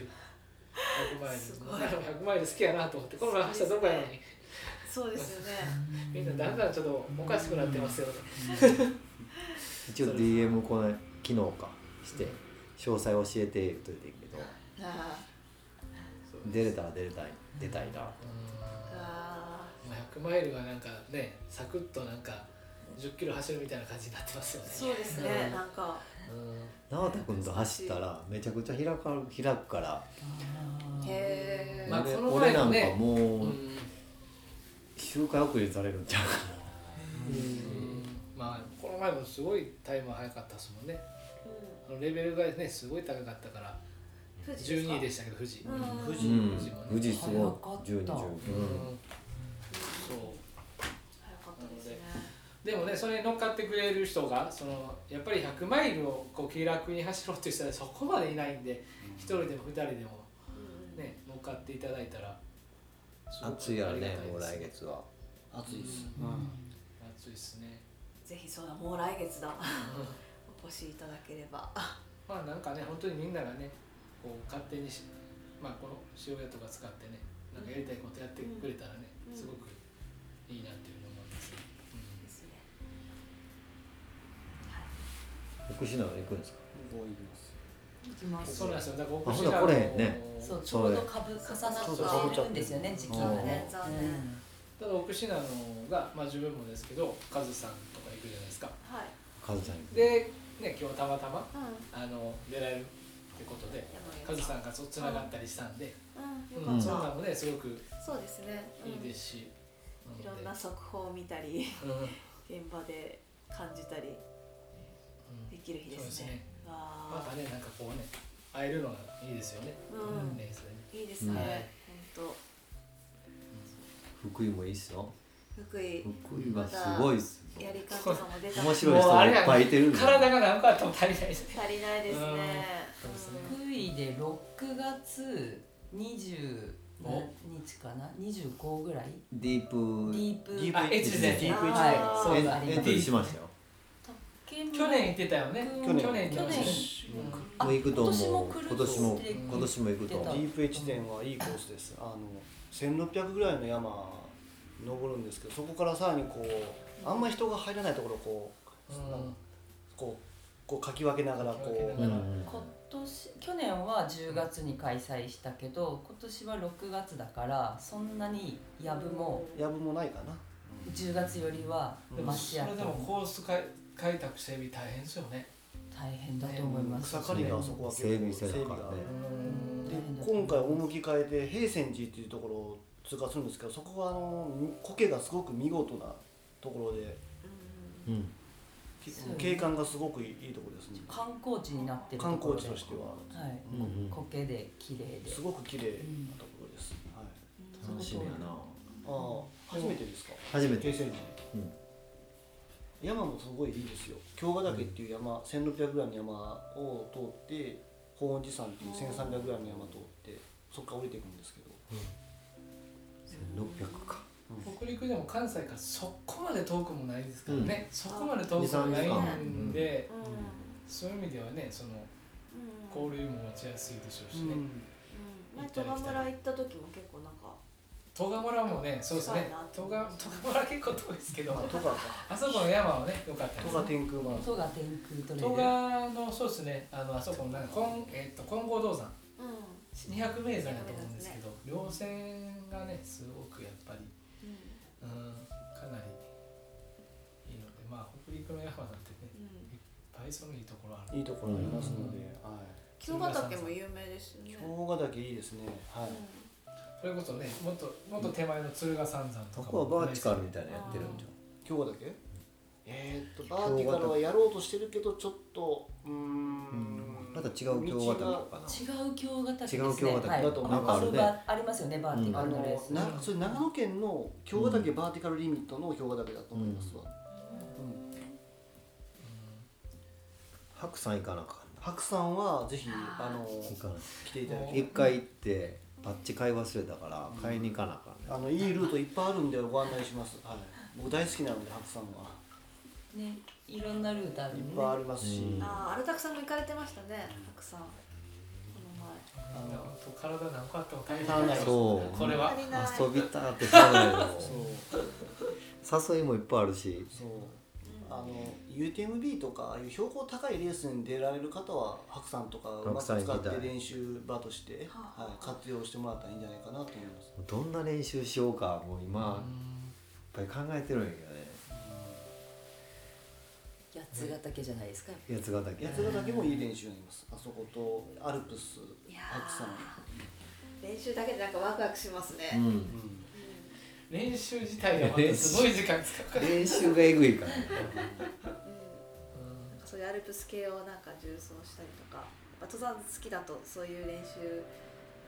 [SPEAKER 2] 100マイル
[SPEAKER 1] すごい
[SPEAKER 2] 100マイル好きやなと思ってこの話はどこやのに
[SPEAKER 1] そうですよ ね
[SPEAKER 2] みんなだんだんちょっとおかしくなってますよね。
[SPEAKER 3] 一応 DM この機能化して詳細教えて言っといていいけど
[SPEAKER 1] あ
[SPEAKER 3] 出れたら出れたい出たい
[SPEAKER 2] うん
[SPEAKER 3] な
[SPEAKER 1] ーあ
[SPEAKER 2] まあ100マイルはなんかねサクッとなんか10キロ走るみたいな感じになってますよね
[SPEAKER 1] ーそうですね、
[SPEAKER 2] うん
[SPEAKER 1] なんか
[SPEAKER 3] 直太君と走ったらめちゃくちゃ開か開くから
[SPEAKER 1] へえ
[SPEAKER 2] まあ
[SPEAKER 3] 俺
[SPEAKER 2] この前
[SPEAKER 3] 俺な
[SPEAKER 2] の
[SPEAKER 3] ん
[SPEAKER 2] ね
[SPEAKER 3] か
[SPEAKER 2] うん、う
[SPEAKER 3] もうん周回遅れされるんちゃうか
[SPEAKER 2] まあこの前もすごいタイムは早かったですもんね
[SPEAKER 1] うん
[SPEAKER 2] あのレベルがねすごい高かったから
[SPEAKER 1] 富士ですか
[SPEAKER 2] 12位でしたけど富士、
[SPEAKER 1] うん
[SPEAKER 7] 富
[SPEAKER 3] う
[SPEAKER 7] 士
[SPEAKER 3] ん
[SPEAKER 2] 富士もね
[SPEAKER 3] 富士すごい
[SPEAKER 5] 早かった
[SPEAKER 3] 12 19
[SPEAKER 2] うん
[SPEAKER 1] 早
[SPEAKER 2] そう
[SPEAKER 1] かったですね
[SPEAKER 2] でもねそれに乗っかってくれる人がそのやっぱり100マイルをこう気楽に走ろうっていう人はそこまでいないんで一人でも二人でも
[SPEAKER 1] うん
[SPEAKER 2] ね乗っかっていただいたらすごく
[SPEAKER 3] 暑いやろ
[SPEAKER 2] ありがた
[SPEAKER 3] ね
[SPEAKER 2] です
[SPEAKER 3] もう来月は
[SPEAKER 7] 暑いです、
[SPEAKER 2] う
[SPEAKER 7] うんん
[SPEAKER 2] 暑いですね
[SPEAKER 1] ぜひそうだもう来月 だお越しいただければ
[SPEAKER 2] まあなんかね本当にみんながねこう勝手にしまあこの塩屋とか使ってねなんかやりたいことやってくれたらね、
[SPEAKER 1] うん
[SPEAKER 2] すごくいいなっていうふうに思います、うん
[SPEAKER 1] ですね
[SPEAKER 3] 福島に行くんですか
[SPEAKER 7] こう行きます
[SPEAKER 5] 行きま
[SPEAKER 2] そうなんですよだから
[SPEAKER 3] あほんなら来れへんね
[SPEAKER 5] そうちょうどかぶ重なってるんですよね時期がね
[SPEAKER 1] そうそう残念
[SPEAKER 5] うん
[SPEAKER 2] ただ奥信濃が、まあ、自分もですけどカズさんとか行くじゃないですか
[SPEAKER 1] はい
[SPEAKER 3] カズちゃん行く
[SPEAKER 2] でね今日たまたま
[SPEAKER 1] うん
[SPEAKER 2] あの出られるってことでカ
[SPEAKER 1] 山
[SPEAKER 2] ズ
[SPEAKER 1] 際
[SPEAKER 2] さんがつながったりしたん
[SPEAKER 1] うん
[SPEAKER 2] で、うん
[SPEAKER 1] よ
[SPEAKER 2] そ
[SPEAKER 1] か
[SPEAKER 2] ん
[SPEAKER 1] っ
[SPEAKER 2] な
[SPEAKER 1] た、
[SPEAKER 2] のもねすごくい
[SPEAKER 1] そうですね、うん
[SPEAKER 2] いですし、
[SPEAKER 1] い
[SPEAKER 2] な
[SPEAKER 1] ろ
[SPEAKER 2] の
[SPEAKER 1] ん
[SPEAKER 2] で
[SPEAKER 1] な速報を見たり
[SPEAKER 2] うん
[SPEAKER 1] 現場で感じたり
[SPEAKER 2] うん
[SPEAKER 1] できる日ですね
[SPEAKER 2] そうですね
[SPEAKER 1] わ
[SPEAKER 2] ま
[SPEAKER 1] あ
[SPEAKER 2] たねなんかこうね会えるのがいいですよね。
[SPEAKER 1] うん
[SPEAKER 2] レースでね
[SPEAKER 1] いいですね、
[SPEAKER 3] はい
[SPEAKER 1] 本
[SPEAKER 3] 福井もいいっすよ
[SPEAKER 1] 当福井
[SPEAKER 3] 福井はすごいっすよ
[SPEAKER 1] やり方も出た
[SPEAKER 3] 面白い人がいっぱいいてるんで
[SPEAKER 2] 体がなんかあっても足りないですね。
[SPEAKER 1] 足りないですね
[SPEAKER 2] うんそう
[SPEAKER 1] うん
[SPEAKER 2] ですね
[SPEAKER 5] 福井で6月20何日かな25ぐらい
[SPEAKER 3] ディープ
[SPEAKER 5] ディープ
[SPEAKER 7] ディープ
[SPEAKER 2] あ、エッチですね。
[SPEAKER 7] ディープ
[SPEAKER 1] エッチ
[SPEAKER 2] はいそう
[SPEAKER 3] エン
[SPEAKER 2] だ。
[SPEAKER 3] エントリーしましたよ
[SPEAKER 2] 去年行ってたよね。
[SPEAKER 5] 去
[SPEAKER 2] 去年
[SPEAKER 5] 年
[SPEAKER 2] 行ってまし
[SPEAKER 5] あ
[SPEAKER 3] もう行くと思う
[SPEAKER 5] 今
[SPEAKER 3] 今
[SPEAKER 5] 年
[SPEAKER 3] 年
[SPEAKER 5] も
[SPEAKER 3] も
[SPEAKER 5] 来る
[SPEAKER 3] 今年も行くと
[SPEAKER 5] 出た
[SPEAKER 3] 思
[SPEAKER 5] う
[SPEAKER 3] うん
[SPEAKER 7] ディープ H 点はいいコースです。あの1600ぐらいの山登るんですけど、そこからさらにこうあんまり人が入らないところをこ
[SPEAKER 2] た。
[SPEAKER 7] う、
[SPEAKER 2] うん
[SPEAKER 7] こうこうかき分けながら
[SPEAKER 2] かき分
[SPEAKER 7] こ
[SPEAKER 2] け
[SPEAKER 7] う
[SPEAKER 2] ながら
[SPEAKER 5] 今年去年は10月に開催したけど今年は6月だからそんなにやぶも
[SPEAKER 7] やぶもないかな。
[SPEAKER 5] 10月よりは
[SPEAKER 2] でも
[SPEAKER 5] マ
[SPEAKER 2] そ
[SPEAKER 5] シやと
[SPEAKER 2] れでもコース開開拓整備大変ですよね。
[SPEAKER 5] 大変だと思います
[SPEAKER 7] 草刈りがあそこは結構
[SPEAKER 3] 整備してたからね
[SPEAKER 7] 整
[SPEAKER 2] うん
[SPEAKER 7] で今回趣変えて平泉寺っていうところを通過するんですけどそこはあの苔がすごく見事なところで
[SPEAKER 3] うん
[SPEAKER 7] き
[SPEAKER 5] そうね
[SPEAKER 7] 景観がすごくいいいいところですね
[SPEAKER 5] 観光地になってると
[SPEAKER 7] 観
[SPEAKER 5] ころ
[SPEAKER 7] 光
[SPEAKER 5] で
[SPEAKER 7] 地としては、
[SPEAKER 5] はい
[SPEAKER 3] うんうん
[SPEAKER 5] 苔で綺麗です
[SPEAKER 7] ごく綺麗なところです、はい、
[SPEAKER 3] 楽しみやな
[SPEAKER 7] ああ初めてですか
[SPEAKER 3] 初め
[SPEAKER 7] 平
[SPEAKER 3] て
[SPEAKER 7] 泉寺
[SPEAKER 3] うん
[SPEAKER 7] 山もすごいいいですよ京ヶ岳っていう山、1600ぐらいの山を通って法恩寺山っていう1300ぐらいの山通ってそこから降りていくんですけど
[SPEAKER 3] 600か
[SPEAKER 2] 北陸でも関西からそこまで遠くもないですからね、そこまで遠くもない
[SPEAKER 1] 二三
[SPEAKER 2] んで、
[SPEAKER 1] うん
[SPEAKER 2] そういう意味ではねその
[SPEAKER 1] うん
[SPEAKER 2] 交流も持ちやすいでしょうしね、
[SPEAKER 7] うん
[SPEAKER 1] うん前戸賀村行った時も結構なんか
[SPEAKER 2] 戸賀村もねそうです
[SPEAKER 1] 近い
[SPEAKER 2] ね
[SPEAKER 1] なって
[SPEAKER 2] 戸賀戸賀村結構遠いですけど、
[SPEAKER 7] あとか
[SPEAKER 2] あそこの山はね良かった
[SPEAKER 7] と
[SPEAKER 2] です
[SPEAKER 7] か天空マラソン
[SPEAKER 5] 音が天空とれる
[SPEAKER 2] 戸賀のそうですねあのあそこのなんか金,、えっと金剛銅山
[SPEAKER 1] うん
[SPEAKER 2] 200名山だと思うんですけど稜線がねすごくやっぱり
[SPEAKER 1] うん
[SPEAKER 2] うんかなりいいのでまあ北陸の山なんてね
[SPEAKER 1] うん
[SPEAKER 2] 倍そのいいところある
[SPEAKER 7] いいところありますので、はい、
[SPEAKER 1] 京ヶ岳も有名ですよね
[SPEAKER 7] 京ヶ岳いいですね。はい。
[SPEAKER 2] それこそねもっともっと手前の鶴ヶ三山と
[SPEAKER 3] そ
[SPEAKER 2] か
[SPEAKER 3] こはバーチカル
[SPEAKER 2] ね
[SPEAKER 3] みたいなのやってるんじゃん
[SPEAKER 7] 京ヶ岳？えーっとバーティカルはやろうとしてるけどちょっとうーん。
[SPEAKER 3] また違う京
[SPEAKER 7] 道
[SPEAKER 3] ヶ岳
[SPEAKER 7] が
[SPEAKER 3] かな
[SPEAKER 5] 違う京ヶ岳ですね
[SPEAKER 3] 違う京ヶ岳
[SPEAKER 5] はい、
[SPEAKER 7] だと思い
[SPEAKER 3] ます
[SPEAKER 5] あるばありますよねバーティ
[SPEAKER 7] あ
[SPEAKER 5] カルのレー
[SPEAKER 7] の
[SPEAKER 5] ス、
[SPEAKER 7] なそれ長野県の京ヶ岳バーティカルリミットの京ヶ岳だと思いますわ。うん
[SPEAKER 3] 白山行かなあかんな
[SPEAKER 7] 白山はぜひあの
[SPEAKER 3] 行かない
[SPEAKER 7] 来ていただきたい。
[SPEAKER 3] 一回行ってバッチ買い忘れたから買いに行かなあかんね
[SPEAKER 7] あのいいルートいっぱいあるんでご案内します。はい。僕大好きなので白山は
[SPEAKER 5] ねいろんなルートある
[SPEAKER 7] い
[SPEAKER 5] ね
[SPEAKER 7] っぱいありますし、
[SPEAKER 3] うん
[SPEAKER 1] ああ荒拓さんも行かれてましたねたくさんこの前
[SPEAKER 2] あの本当体何個あっても大変
[SPEAKER 7] 足らない
[SPEAKER 3] そう
[SPEAKER 2] これは
[SPEAKER 1] 足りない
[SPEAKER 3] 遊びたってしゃあない
[SPEAKER 7] そう。
[SPEAKER 3] の誘いもいっぱいあるし
[SPEAKER 7] そうあの UTMB とかああいう標高高いレースに出られる方は白山とかうまく使
[SPEAKER 3] 白山行
[SPEAKER 7] っ
[SPEAKER 3] きたい
[SPEAKER 7] て練習場として、
[SPEAKER 1] はあ
[SPEAKER 7] はい、活用してもらったらいいんじゃないかなと思います。
[SPEAKER 3] どんな練習しようかもう今いっぱい考えてるんや
[SPEAKER 5] 八ヶ岳じゃないですか
[SPEAKER 3] けどね八ヶ岳
[SPEAKER 7] 八ヶ岳もいい練習になります。あそことアルプス、
[SPEAKER 1] いや
[SPEAKER 7] 白山。
[SPEAKER 1] ー練習だけでなんかワクワクします
[SPEAKER 3] う
[SPEAKER 1] ね
[SPEAKER 3] ん
[SPEAKER 2] 練習自体がまたすごい時間使うから
[SPEAKER 3] 練習がえぐいからね
[SPEAKER 1] そういうアルプス系をなんか重装したりとかやっぱ登山好きだとそういう練習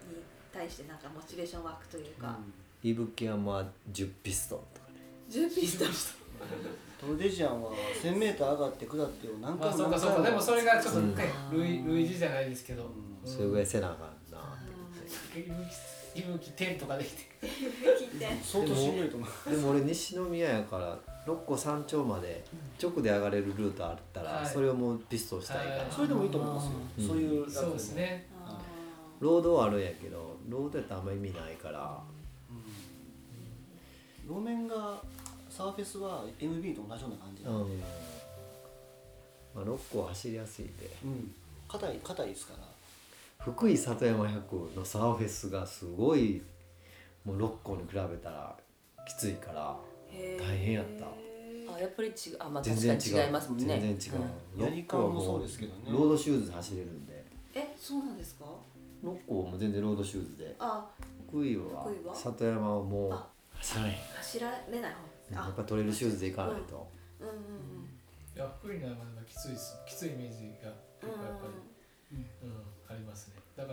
[SPEAKER 1] に対してなんかモチベーション湧くというか、
[SPEAKER 3] 伊吹山10ピストンとかね
[SPEAKER 1] 準備した
[SPEAKER 7] トルデジアンは 1000m 上がって下ってを何
[SPEAKER 2] ま
[SPEAKER 7] 回
[SPEAKER 2] あ
[SPEAKER 7] も
[SPEAKER 2] そうか
[SPEAKER 7] 何
[SPEAKER 2] そうかで
[SPEAKER 7] 回
[SPEAKER 2] も
[SPEAKER 7] も
[SPEAKER 2] それがちょっと
[SPEAKER 3] うん
[SPEAKER 2] ね類類似じゃないですけど
[SPEAKER 7] う
[SPEAKER 3] それぐらいせなあかんなって
[SPEAKER 2] いぶきいぶき天とかできて
[SPEAKER 1] 聞いて
[SPEAKER 7] 相当しんどいと思う。
[SPEAKER 3] でも俺西宮やから六甲山頂まで直で上がれるルートあった
[SPEAKER 2] は
[SPEAKER 3] ら
[SPEAKER 2] い
[SPEAKER 3] それをもうピストンしたいから
[SPEAKER 2] はい
[SPEAKER 7] それでもいいと思いますよ。
[SPEAKER 3] うん
[SPEAKER 7] そういう
[SPEAKER 2] そうです。ね
[SPEAKER 1] あ
[SPEAKER 3] ロードはあるんやけどロードやったらあんま意味ないから
[SPEAKER 7] 路面がサーフェスは MB と同じような感じ
[SPEAKER 3] う
[SPEAKER 7] なんんで
[SPEAKER 3] まあ六甲走りやすいんで
[SPEAKER 7] うん、硬い硬いですから
[SPEAKER 3] 福井里山100のサーフェスがすごいもう六甲に比べたらきついから
[SPEAKER 1] ーへー
[SPEAKER 3] 大変やった
[SPEAKER 5] あやっぱり違うあまあ
[SPEAKER 3] 全
[SPEAKER 5] 確
[SPEAKER 3] 然
[SPEAKER 5] か
[SPEAKER 3] 違う
[SPEAKER 5] に違いますもんね
[SPEAKER 3] 全然違う、
[SPEAKER 7] うん
[SPEAKER 3] 六甲は
[SPEAKER 7] やりかもそうですけどね
[SPEAKER 3] ロードシューズで走れるんで
[SPEAKER 1] えそうなんですか
[SPEAKER 3] 六甲も全然ロードシューズで
[SPEAKER 1] あ
[SPEAKER 3] 福井は
[SPEAKER 1] 福井は
[SPEAKER 3] 里山はもう
[SPEAKER 1] あ
[SPEAKER 3] 走られへん
[SPEAKER 1] 走られない方
[SPEAKER 3] や
[SPEAKER 1] あ
[SPEAKER 3] っぱトレイルシューズで行かないと、
[SPEAKER 1] うんうんうん
[SPEAKER 2] いや福井の山がきついですきついイメージが結構やっぱり、うんあります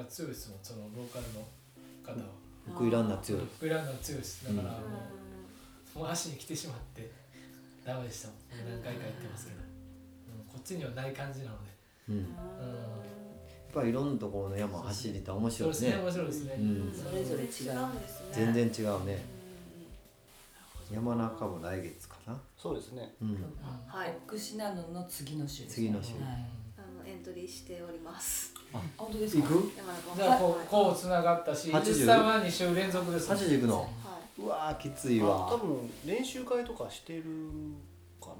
[SPEAKER 2] 強いですもんそのローカルの方は
[SPEAKER 3] 福井ランナー強い
[SPEAKER 2] ウランナー強いですだから
[SPEAKER 1] う
[SPEAKER 2] も
[SPEAKER 1] ん
[SPEAKER 2] うもう足に来てしまってダメでしたもんもう何回か言ってますけど、うんこっちにはない感じなので
[SPEAKER 3] うんやっぱりいろんなところの山走りって面
[SPEAKER 2] そうで
[SPEAKER 3] 白い
[SPEAKER 2] す
[SPEAKER 3] ね
[SPEAKER 2] ね面白いですね、
[SPEAKER 3] うん
[SPEAKER 5] それぞれ違う
[SPEAKER 1] うんですね
[SPEAKER 3] 全
[SPEAKER 1] う
[SPEAKER 3] 然
[SPEAKER 1] ん
[SPEAKER 3] 違うね山中も来月かな
[SPEAKER 7] そうですね
[SPEAKER 3] うん
[SPEAKER 5] はい福祉なのの次の週です
[SPEAKER 3] 次の週
[SPEAKER 5] はい、
[SPEAKER 1] あのエントリーしております
[SPEAKER 5] 本当ですか
[SPEAKER 1] 山中
[SPEAKER 2] じゃあ こうこうつながったし、
[SPEAKER 3] 80
[SPEAKER 2] 実際は2週連続ですもん。
[SPEAKER 3] 80行くの
[SPEAKER 1] はいう
[SPEAKER 3] わーきつい
[SPEAKER 7] あ多
[SPEAKER 3] わ
[SPEAKER 7] 分練習会とかしてるか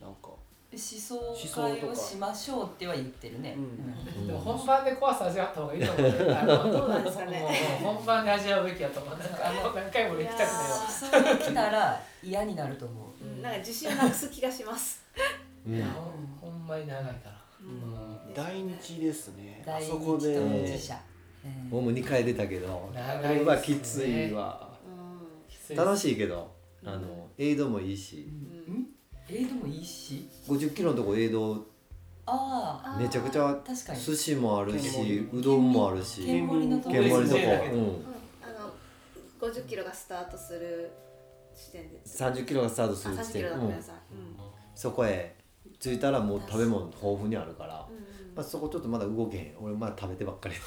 [SPEAKER 7] ななんか
[SPEAKER 5] 思想会をしましょうっては言ってるね、
[SPEAKER 7] うん
[SPEAKER 3] うん
[SPEAKER 2] でも本番で怖さ味わった方がいいと思うよ。あの
[SPEAKER 1] どうなんですかね
[SPEAKER 2] もう本番で味わうべきやと思う。なんかあの何回も行きたくないわ。
[SPEAKER 5] 思想が来たら嫌になると思う
[SPEAKER 1] うんなんか自信なくす気がします。
[SPEAKER 3] うん
[SPEAKER 2] いやほんほんまに長いから。うん
[SPEAKER 7] 大日ですねあ
[SPEAKER 5] 第一
[SPEAKER 7] そ
[SPEAKER 5] と
[SPEAKER 7] こで
[SPEAKER 5] 自社、うん
[SPEAKER 3] 僕も2回出たけど
[SPEAKER 2] 長いですね
[SPEAKER 3] うわきついわ
[SPEAKER 1] うん
[SPEAKER 2] きついです
[SPEAKER 3] 楽しいけどあのエイドもいいし
[SPEAKER 1] うん
[SPEAKER 5] えー、でもいいし
[SPEAKER 3] 50キロのとこエイド
[SPEAKER 5] あ
[SPEAKER 3] めちゃくちゃ
[SPEAKER 5] あ確かに
[SPEAKER 3] 寿司もあるし
[SPEAKER 7] 確
[SPEAKER 3] うどんもあるし
[SPEAKER 5] 剣盛りのとこ
[SPEAKER 3] 剣盛りと
[SPEAKER 2] 剣盛りだけ
[SPEAKER 3] こ、
[SPEAKER 2] ど
[SPEAKER 3] う
[SPEAKER 1] あ
[SPEAKER 3] ん、
[SPEAKER 1] の50キロがスタートする時点で、
[SPEAKER 3] 30キロがスタートす
[SPEAKER 1] あ
[SPEAKER 3] る
[SPEAKER 1] 30
[SPEAKER 3] 時
[SPEAKER 1] キ
[SPEAKER 3] 点
[SPEAKER 1] ロだっ
[SPEAKER 3] う
[SPEAKER 1] たら
[SPEAKER 3] ん
[SPEAKER 1] さ、うん
[SPEAKER 3] そこへ着いたらもう食べ物豊富にあるから、
[SPEAKER 1] うん
[SPEAKER 3] まあ、そこちょっとまだ動けへん俺まだ食べてばっかりで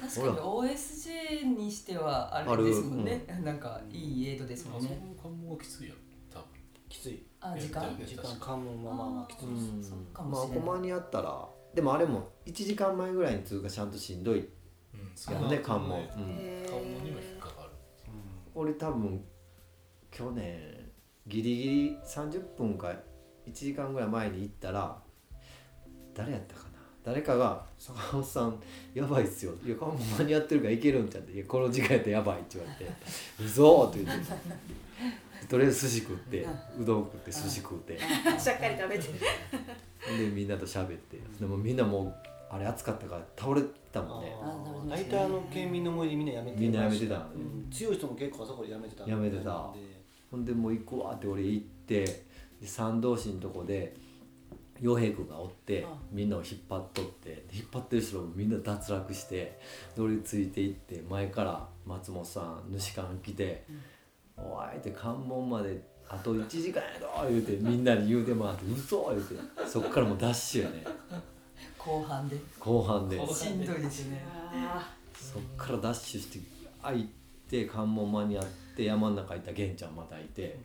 [SPEAKER 5] 確かに OSJ にしてはあれですもんね、なんかいいエイドですもんね、
[SPEAKER 6] の関門がきついやん多分
[SPEAKER 7] きつい
[SPEAKER 5] あ時間
[SPEAKER 6] いや
[SPEAKER 7] 時間関門まあまあまあきついです
[SPEAKER 3] うん
[SPEAKER 5] そうか
[SPEAKER 3] まあ
[SPEAKER 5] もしれない、
[SPEAKER 3] 駒にあったらでもあれも1時間前ぐらいに通過ちゃんとしんどい
[SPEAKER 6] うんそ
[SPEAKER 3] や
[SPEAKER 6] ん
[SPEAKER 3] ん
[SPEAKER 6] な
[SPEAKER 3] ね関門、う
[SPEAKER 1] うん
[SPEAKER 3] ん、
[SPEAKER 1] へー
[SPEAKER 6] 関門には引っかかる
[SPEAKER 3] 俺多分去年ギリギリ30分か1時間ぐらい前に行ったら誰やったかな誰かが「坂本さんやばいっすよ」「いやほんまにやってるからいけるんちゃって「いやこの時間やったらやばい」って言われて「嘘!」って言ってとりあえず寿司食ってうどん食って寿司食って
[SPEAKER 1] しゃっか り食べて、
[SPEAKER 3] でみんなと喋ってでもみんなもうあれ暑かったから倒れてたもんね
[SPEAKER 7] あー
[SPEAKER 5] なるほどね
[SPEAKER 7] 大体あの県民の思いでみんなやめて
[SPEAKER 3] みんなやめてたのね
[SPEAKER 7] うん強い人も結構あそこでやめてた
[SPEAKER 3] やめてた
[SPEAKER 7] なんで
[SPEAKER 3] ほんでもう行くわって俺行ってで三同士のとこで陽平君がおって
[SPEAKER 5] あ
[SPEAKER 3] みんなを引っ張っとってで引っ張ってる人もみんな脱落してで俺ついて行って前から松本さん主観来て「おい」って関門まであと1時間やぞ言うてみんなに言うてもらって「嘘言うてそっからもうダッシュやね
[SPEAKER 5] 後半で
[SPEAKER 3] 後半で
[SPEAKER 2] 後半
[SPEAKER 5] しんどいですね
[SPEAKER 1] あ
[SPEAKER 3] そっからダッシュしてあ行って関門間に合って山の中行った玄ちゃんまたいて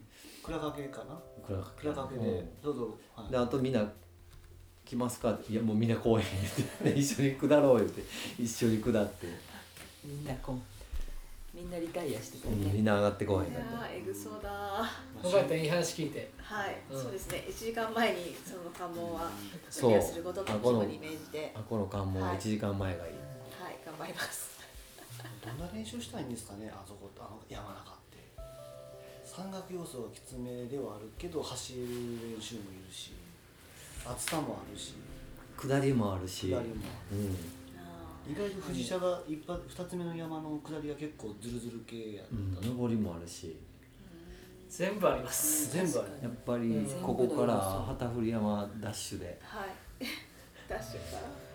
[SPEAKER 7] 倉掛けかな
[SPEAKER 3] 暗か
[SPEAKER 7] 倉掛けでどうぞはい
[SPEAKER 3] であとみんな来ますかって「いやもうみんな来えへん」って で「一緒に下ろう」言って一緒に下って
[SPEAKER 5] みんなこうみんなリタイアしてた
[SPEAKER 3] うんみ
[SPEAKER 5] ね
[SPEAKER 3] んな上がってこ
[SPEAKER 1] あ、
[SPEAKER 3] へん
[SPEAKER 1] い
[SPEAKER 3] か
[SPEAKER 1] や
[SPEAKER 3] っ
[SPEAKER 1] ーエグそうだ。は
[SPEAKER 2] よかったいい話聞いて。
[SPEAKER 1] い、
[SPEAKER 2] うん
[SPEAKER 1] そうですね。1時間前にその関門はク
[SPEAKER 3] そう
[SPEAKER 1] リアすることと
[SPEAKER 3] あ
[SPEAKER 1] 規
[SPEAKER 3] この
[SPEAKER 1] 模に命じて、
[SPEAKER 3] たあこの関門は1時間前がいい、
[SPEAKER 1] はい、頑張ります。
[SPEAKER 7] どんな練習したいんですかねあそこあの山中って山岳要素がきつめではあるけど走る練習もいるし暑さもあるし
[SPEAKER 3] 下りもあるし
[SPEAKER 7] 下りもある
[SPEAKER 3] うん、
[SPEAKER 1] あ
[SPEAKER 7] 意外と藤車が一発二つ目の山の下りが結構ズルズル系やっ
[SPEAKER 3] う
[SPEAKER 7] た
[SPEAKER 3] ん
[SPEAKER 7] な、
[SPEAKER 3] 上りもあるし
[SPEAKER 2] 全部あります。
[SPEAKER 7] 全部ある
[SPEAKER 3] やっぱりここから旗振り山ダッシュで
[SPEAKER 1] ーはい。 ダッシュから。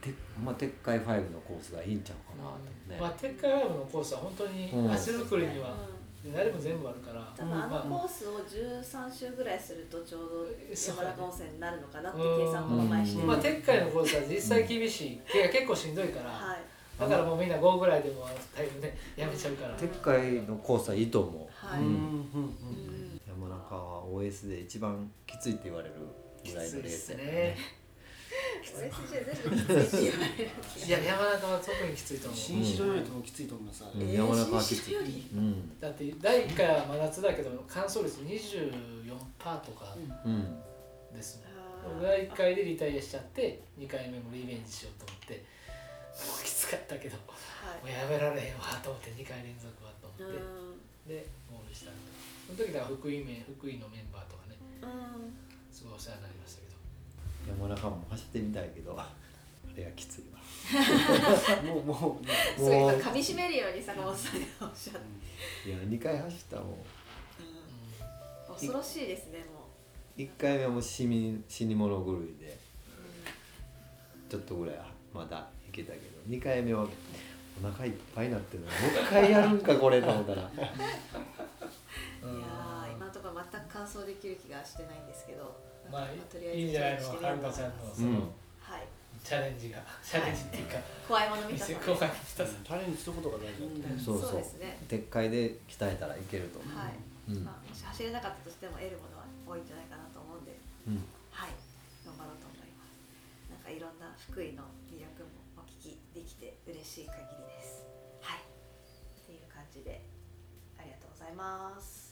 [SPEAKER 3] て、まあ、鉄海5のコースがいいんちゃうかなと
[SPEAKER 2] まあ
[SPEAKER 3] 思
[SPEAKER 2] テッカーライブのコースは本当に
[SPEAKER 3] うん
[SPEAKER 2] 足作りには
[SPEAKER 1] うん
[SPEAKER 2] 誰も全部あるから。
[SPEAKER 1] 多分あ
[SPEAKER 2] まあ
[SPEAKER 1] のコースを13周ぐらいするとちょうど山中温泉になるのかなって
[SPEAKER 2] うん
[SPEAKER 1] 計算この前して
[SPEAKER 3] うん
[SPEAKER 2] まあ、テッカイのコースは実際厳しい、けが結構しんどいから、
[SPEAKER 1] はい
[SPEAKER 2] だからもうみんな5ぐらいでもあのタイムでやめちゃうから、
[SPEAKER 3] ね鉄海のコースはいいと思う
[SPEAKER 1] はい、
[SPEAKER 3] うん
[SPEAKER 7] うんうん
[SPEAKER 1] うん
[SPEAKER 3] 山中は OS で一番きついって言われるぐらいのレースやから
[SPEAKER 2] ね
[SPEAKER 1] これ全部きついって言われる
[SPEAKER 2] いや山中は特にきついと思う
[SPEAKER 7] 新城よりともきついと思います、あ
[SPEAKER 3] う
[SPEAKER 7] れ
[SPEAKER 3] ん、
[SPEAKER 1] えー
[SPEAKER 3] 山中はきつ
[SPEAKER 1] 新車
[SPEAKER 3] い
[SPEAKER 1] より
[SPEAKER 3] うん
[SPEAKER 2] だって第1回は真夏だけど乾燥率24%とか
[SPEAKER 3] うん
[SPEAKER 2] ですね、
[SPEAKER 1] あ
[SPEAKER 2] 僕は1回でリタイアしちゃって2回目もリベンジしようと思ってもうきつかったけども
[SPEAKER 1] ーは
[SPEAKER 2] うやめられへんわと思って2回連続はと
[SPEAKER 1] い
[SPEAKER 2] 思ってでゴールしたその時だから福井面福井のメンバーとかね
[SPEAKER 1] うん
[SPEAKER 2] すごいお世話になりましたけど
[SPEAKER 3] 山中も走ってみたいけどあ れがきついわ
[SPEAKER 7] もうもう、ね、
[SPEAKER 1] すご
[SPEAKER 3] も
[SPEAKER 1] いう今噛み締めるように坂本さんがおっしゃって
[SPEAKER 3] いや2回走ったも
[SPEAKER 1] うん恐ろしいですねも
[SPEAKER 3] ん1回目はもう死に死に物狂いでちょっとぐらいはまだいけたけど2回目はお腹いっぱいになってるのにもう一回やるんかこれと思ったら
[SPEAKER 2] う
[SPEAKER 1] い
[SPEAKER 2] ん
[SPEAKER 1] やー今のところ全く完走できる気がしてないんですけど、
[SPEAKER 2] まあ
[SPEAKER 1] と
[SPEAKER 2] いいんじゃないのはるかちゃんのその、
[SPEAKER 3] うん
[SPEAKER 1] はい
[SPEAKER 2] チャレンジがチャレンジっていうか
[SPEAKER 1] 怖いもの見
[SPEAKER 2] 見
[SPEAKER 1] たさ
[SPEAKER 2] せ
[SPEAKER 1] ん
[SPEAKER 2] 公開したさ
[SPEAKER 7] チャレンジすることが大事だ
[SPEAKER 1] うん
[SPEAKER 3] そうそう
[SPEAKER 1] ですね
[SPEAKER 3] 撤回で鍛えたらいけると思
[SPEAKER 1] はい、
[SPEAKER 3] う、うん
[SPEAKER 1] まあ、もし走れなかったとしても得るものは多いんじゃないかなと思うんで
[SPEAKER 3] うん、
[SPEAKER 1] はい頑張ろうと思いますなんかいろんな福井の魅力もお聞きできて嬉しい限りですはいっていう感じでありがとうございます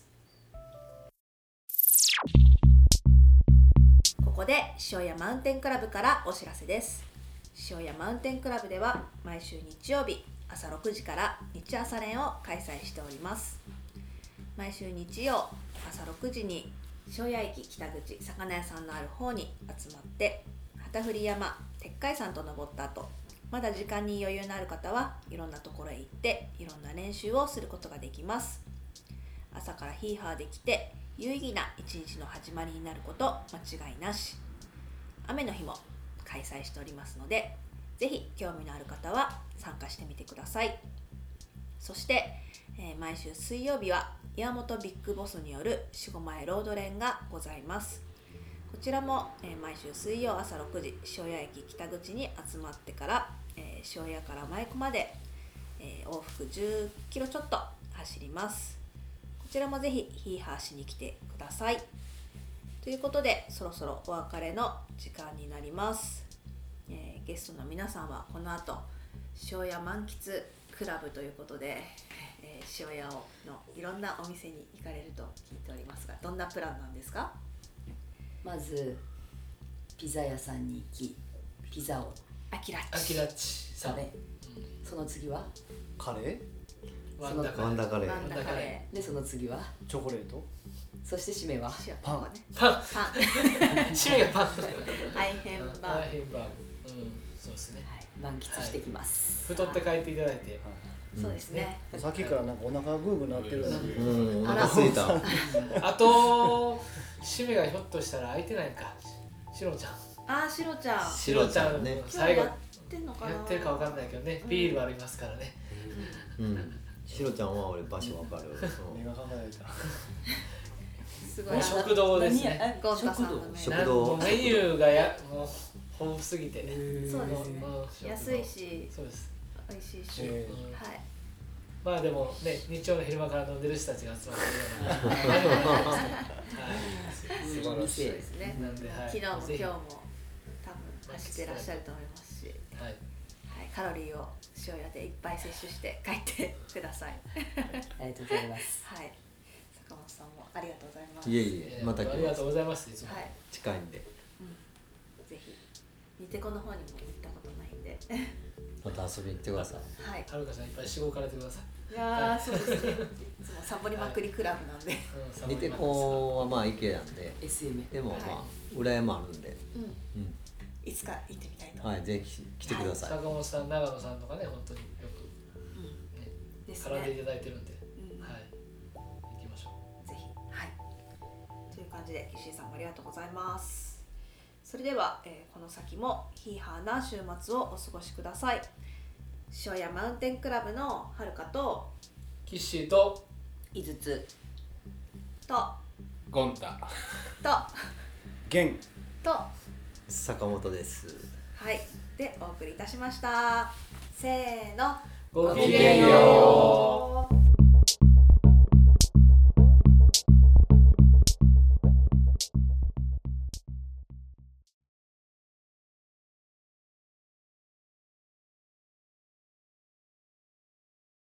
[SPEAKER 1] ここで塩屋マウンテンクラブからお知らせです塩屋マウンテンクラブでは毎週日曜日朝6時から日朝練を開催しております毎週日曜朝6時に庄屋駅北口魚屋さんのある方に集まって旗振山鉄海山と登った後まだ時間に余裕のある方はいろんなところへ行っていろんな練習をすることができます朝からヒーハーできて有意義な一日の始まりになること間違いなし雨の日も開催しておりますのでぜひ興味のある方は参加してみてくださいそしてえー毎週水曜日は岩本ビッグボスによる四五前ロードレンがございますこちらも、えー毎週水曜朝6時塩屋駅北口に集まってから、えー塩屋から舞子まで、えー往復10キロちょっと走りますこちらもぜひヒーハーしに来てくださいということでそろそろお別れの時間になります、えーゲストの皆さんはこの後塩屋満喫クラブということで、えー塩屋をのいろんなお店に行かれると聞いておりますがどんなプランなんですか
[SPEAKER 5] まずピザ屋さんに行きピザを
[SPEAKER 1] アキラッ
[SPEAKER 2] ア
[SPEAKER 1] チ
[SPEAKER 2] キラッチさん
[SPEAKER 5] 食べその次は
[SPEAKER 7] カレー
[SPEAKER 2] ワンダカ
[SPEAKER 3] ワ
[SPEAKER 2] レ
[SPEAKER 3] ンダ
[SPEAKER 2] ー
[SPEAKER 3] カレ
[SPEAKER 1] なん
[SPEAKER 3] ー
[SPEAKER 1] だかで
[SPEAKER 5] でその次は
[SPEAKER 7] チョコレート
[SPEAKER 5] そして締めは
[SPEAKER 1] 塩
[SPEAKER 7] パン
[SPEAKER 1] ここね
[SPEAKER 2] パン
[SPEAKER 1] パン
[SPEAKER 2] 趣味がパン
[SPEAKER 1] アイヘンバー
[SPEAKER 2] 大変バーうんそうですね
[SPEAKER 5] はい満喫してきます、
[SPEAKER 2] 太って帰っていただいて
[SPEAKER 1] そうですね
[SPEAKER 7] さっきからなんかお腹がグーグーなってるよね
[SPEAKER 3] うんお腹すいた
[SPEAKER 2] あと締めがひょっとしたら空いてないかしろちゃん
[SPEAKER 1] あーシロちゃん
[SPEAKER 3] しろちゃんね
[SPEAKER 1] 今日
[SPEAKER 2] 最後
[SPEAKER 1] や
[SPEAKER 2] や
[SPEAKER 1] ってんのかな
[SPEAKER 2] ってるかわかんないけどねビールはありますからね
[SPEAKER 3] うんしろちゃんは俺場所わかる
[SPEAKER 7] 目が輝いた
[SPEAKER 1] すごい
[SPEAKER 2] もう食堂ですね
[SPEAKER 1] ゴンタさんのメ
[SPEAKER 3] 食
[SPEAKER 1] ー
[SPEAKER 3] 堂
[SPEAKER 2] なんもうメニューがやもう豊富すぎてね
[SPEAKER 1] ルそうですね
[SPEAKER 2] もう
[SPEAKER 1] 安いし
[SPEAKER 2] そうです
[SPEAKER 1] 美味しいし、
[SPEAKER 7] え
[SPEAKER 2] うん
[SPEAKER 1] はい
[SPEAKER 2] まあでもね日曜の昼間から飲んでる人たちが集まってるようなはい素晴らし
[SPEAKER 1] そう
[SPEAKER 2] い
[SPEAKER 1] ですね
[SPEAKER 2] なんではい
[SPEAKER 1] 昨日も
[SPEAKER 2] ぜ
[SPEAKER 1] 今
[SPEAKER 2] ひ
[SPEAKER 1] 日も多分走ってらっしゃると思いますし
[SPEAKER 2] はい
[SPEAKER 1] はい、カロリーを塩屋でいっぱい摂取して帰ってください。
[SPEAKER 5] ありがとうございます
[SPEAKER 1] はい、坂本さんもありがとうございます。
[SPEAKER 3] いえ
[SPEAKER 1] はい
[SPEAKER 3] えまた
[SPEAKER 2] えー
[SPEAKER 3] 来
[SPEAKER 2] ありが
[SPEAKER 3] ま
[SPEAKER 2] と
[SPEAKER 3] す
[SPEAKER 2] うございますいつも
[SPEAKER 1] い、
[SPEAKER 3] 近いんで
[SPEAKER 1] ぜひ、ニテコの方にも行ったことないんで。
[SPEAKER 3] また遊びに行ってください
[SPEAKER 1] はい、
[SPEAKER 2] はるかさんいっぱい死後からてください
[SPEAKER 1] いやー、そうですね。いつもサボりまくりクラブなんで。
[SPEAKER 2] うんサボり
[SPEAKER 3] 似
[SPEAKER 2] まく
[SPEAKER 3] て
[SPEAKER 2] りさん
[SPEAKER 3] こはまあ池なんで
[SPEAKER 5] SM
[SPEAKER 3] でもま
[SPEAKER 1] は
[SPEAKER 3] あ裏山あるんで、
[SPEAKER 1] うん、
[SPEAKER 3] うん
[SPEAKER 1] いつか行ってみたいと。
[SPEAKER 3] はい、ぜひ来てください、
[SPEAKER 2] 坂本さん長野さんとかね本当によ
[SPEAKER 1] うん、
[SPEAKER 2] くね
[SPEAKER 1] です
[SPEAKER 2] 絡んでい
[SPEAKER 1] ね。
[SPEAKER 2] ただいてるんで
[SPEAKER 1] うん、
[SPEAKER 2] はい行きましょう
[SPEAKER 1] ぜひ、はい。という感じで、岸井さんもありがとうございます。それでは、えーこの先もヒーハーな週末をお過ごしください。塩屋マウンテンクラブのはるかと、
[SPEAKER 2] キッシーと
[SPEAKER 5] 5つ
[SPEAKER 1] と、
[SPEAKER 6] ゴンタ
[SPEAKER 1] と、
[SPEAKER 7] ゲン
[SPEAKER 1] と、は
[SPEAKER 3] 坂本です
[SPEAKER 1] い、でお送りいたしました。せーの、
[SPEAKER 2] ご
[SPEAKER 1] ご
[SPEAKER 2] きげんよう
[SPEAKER 1] う。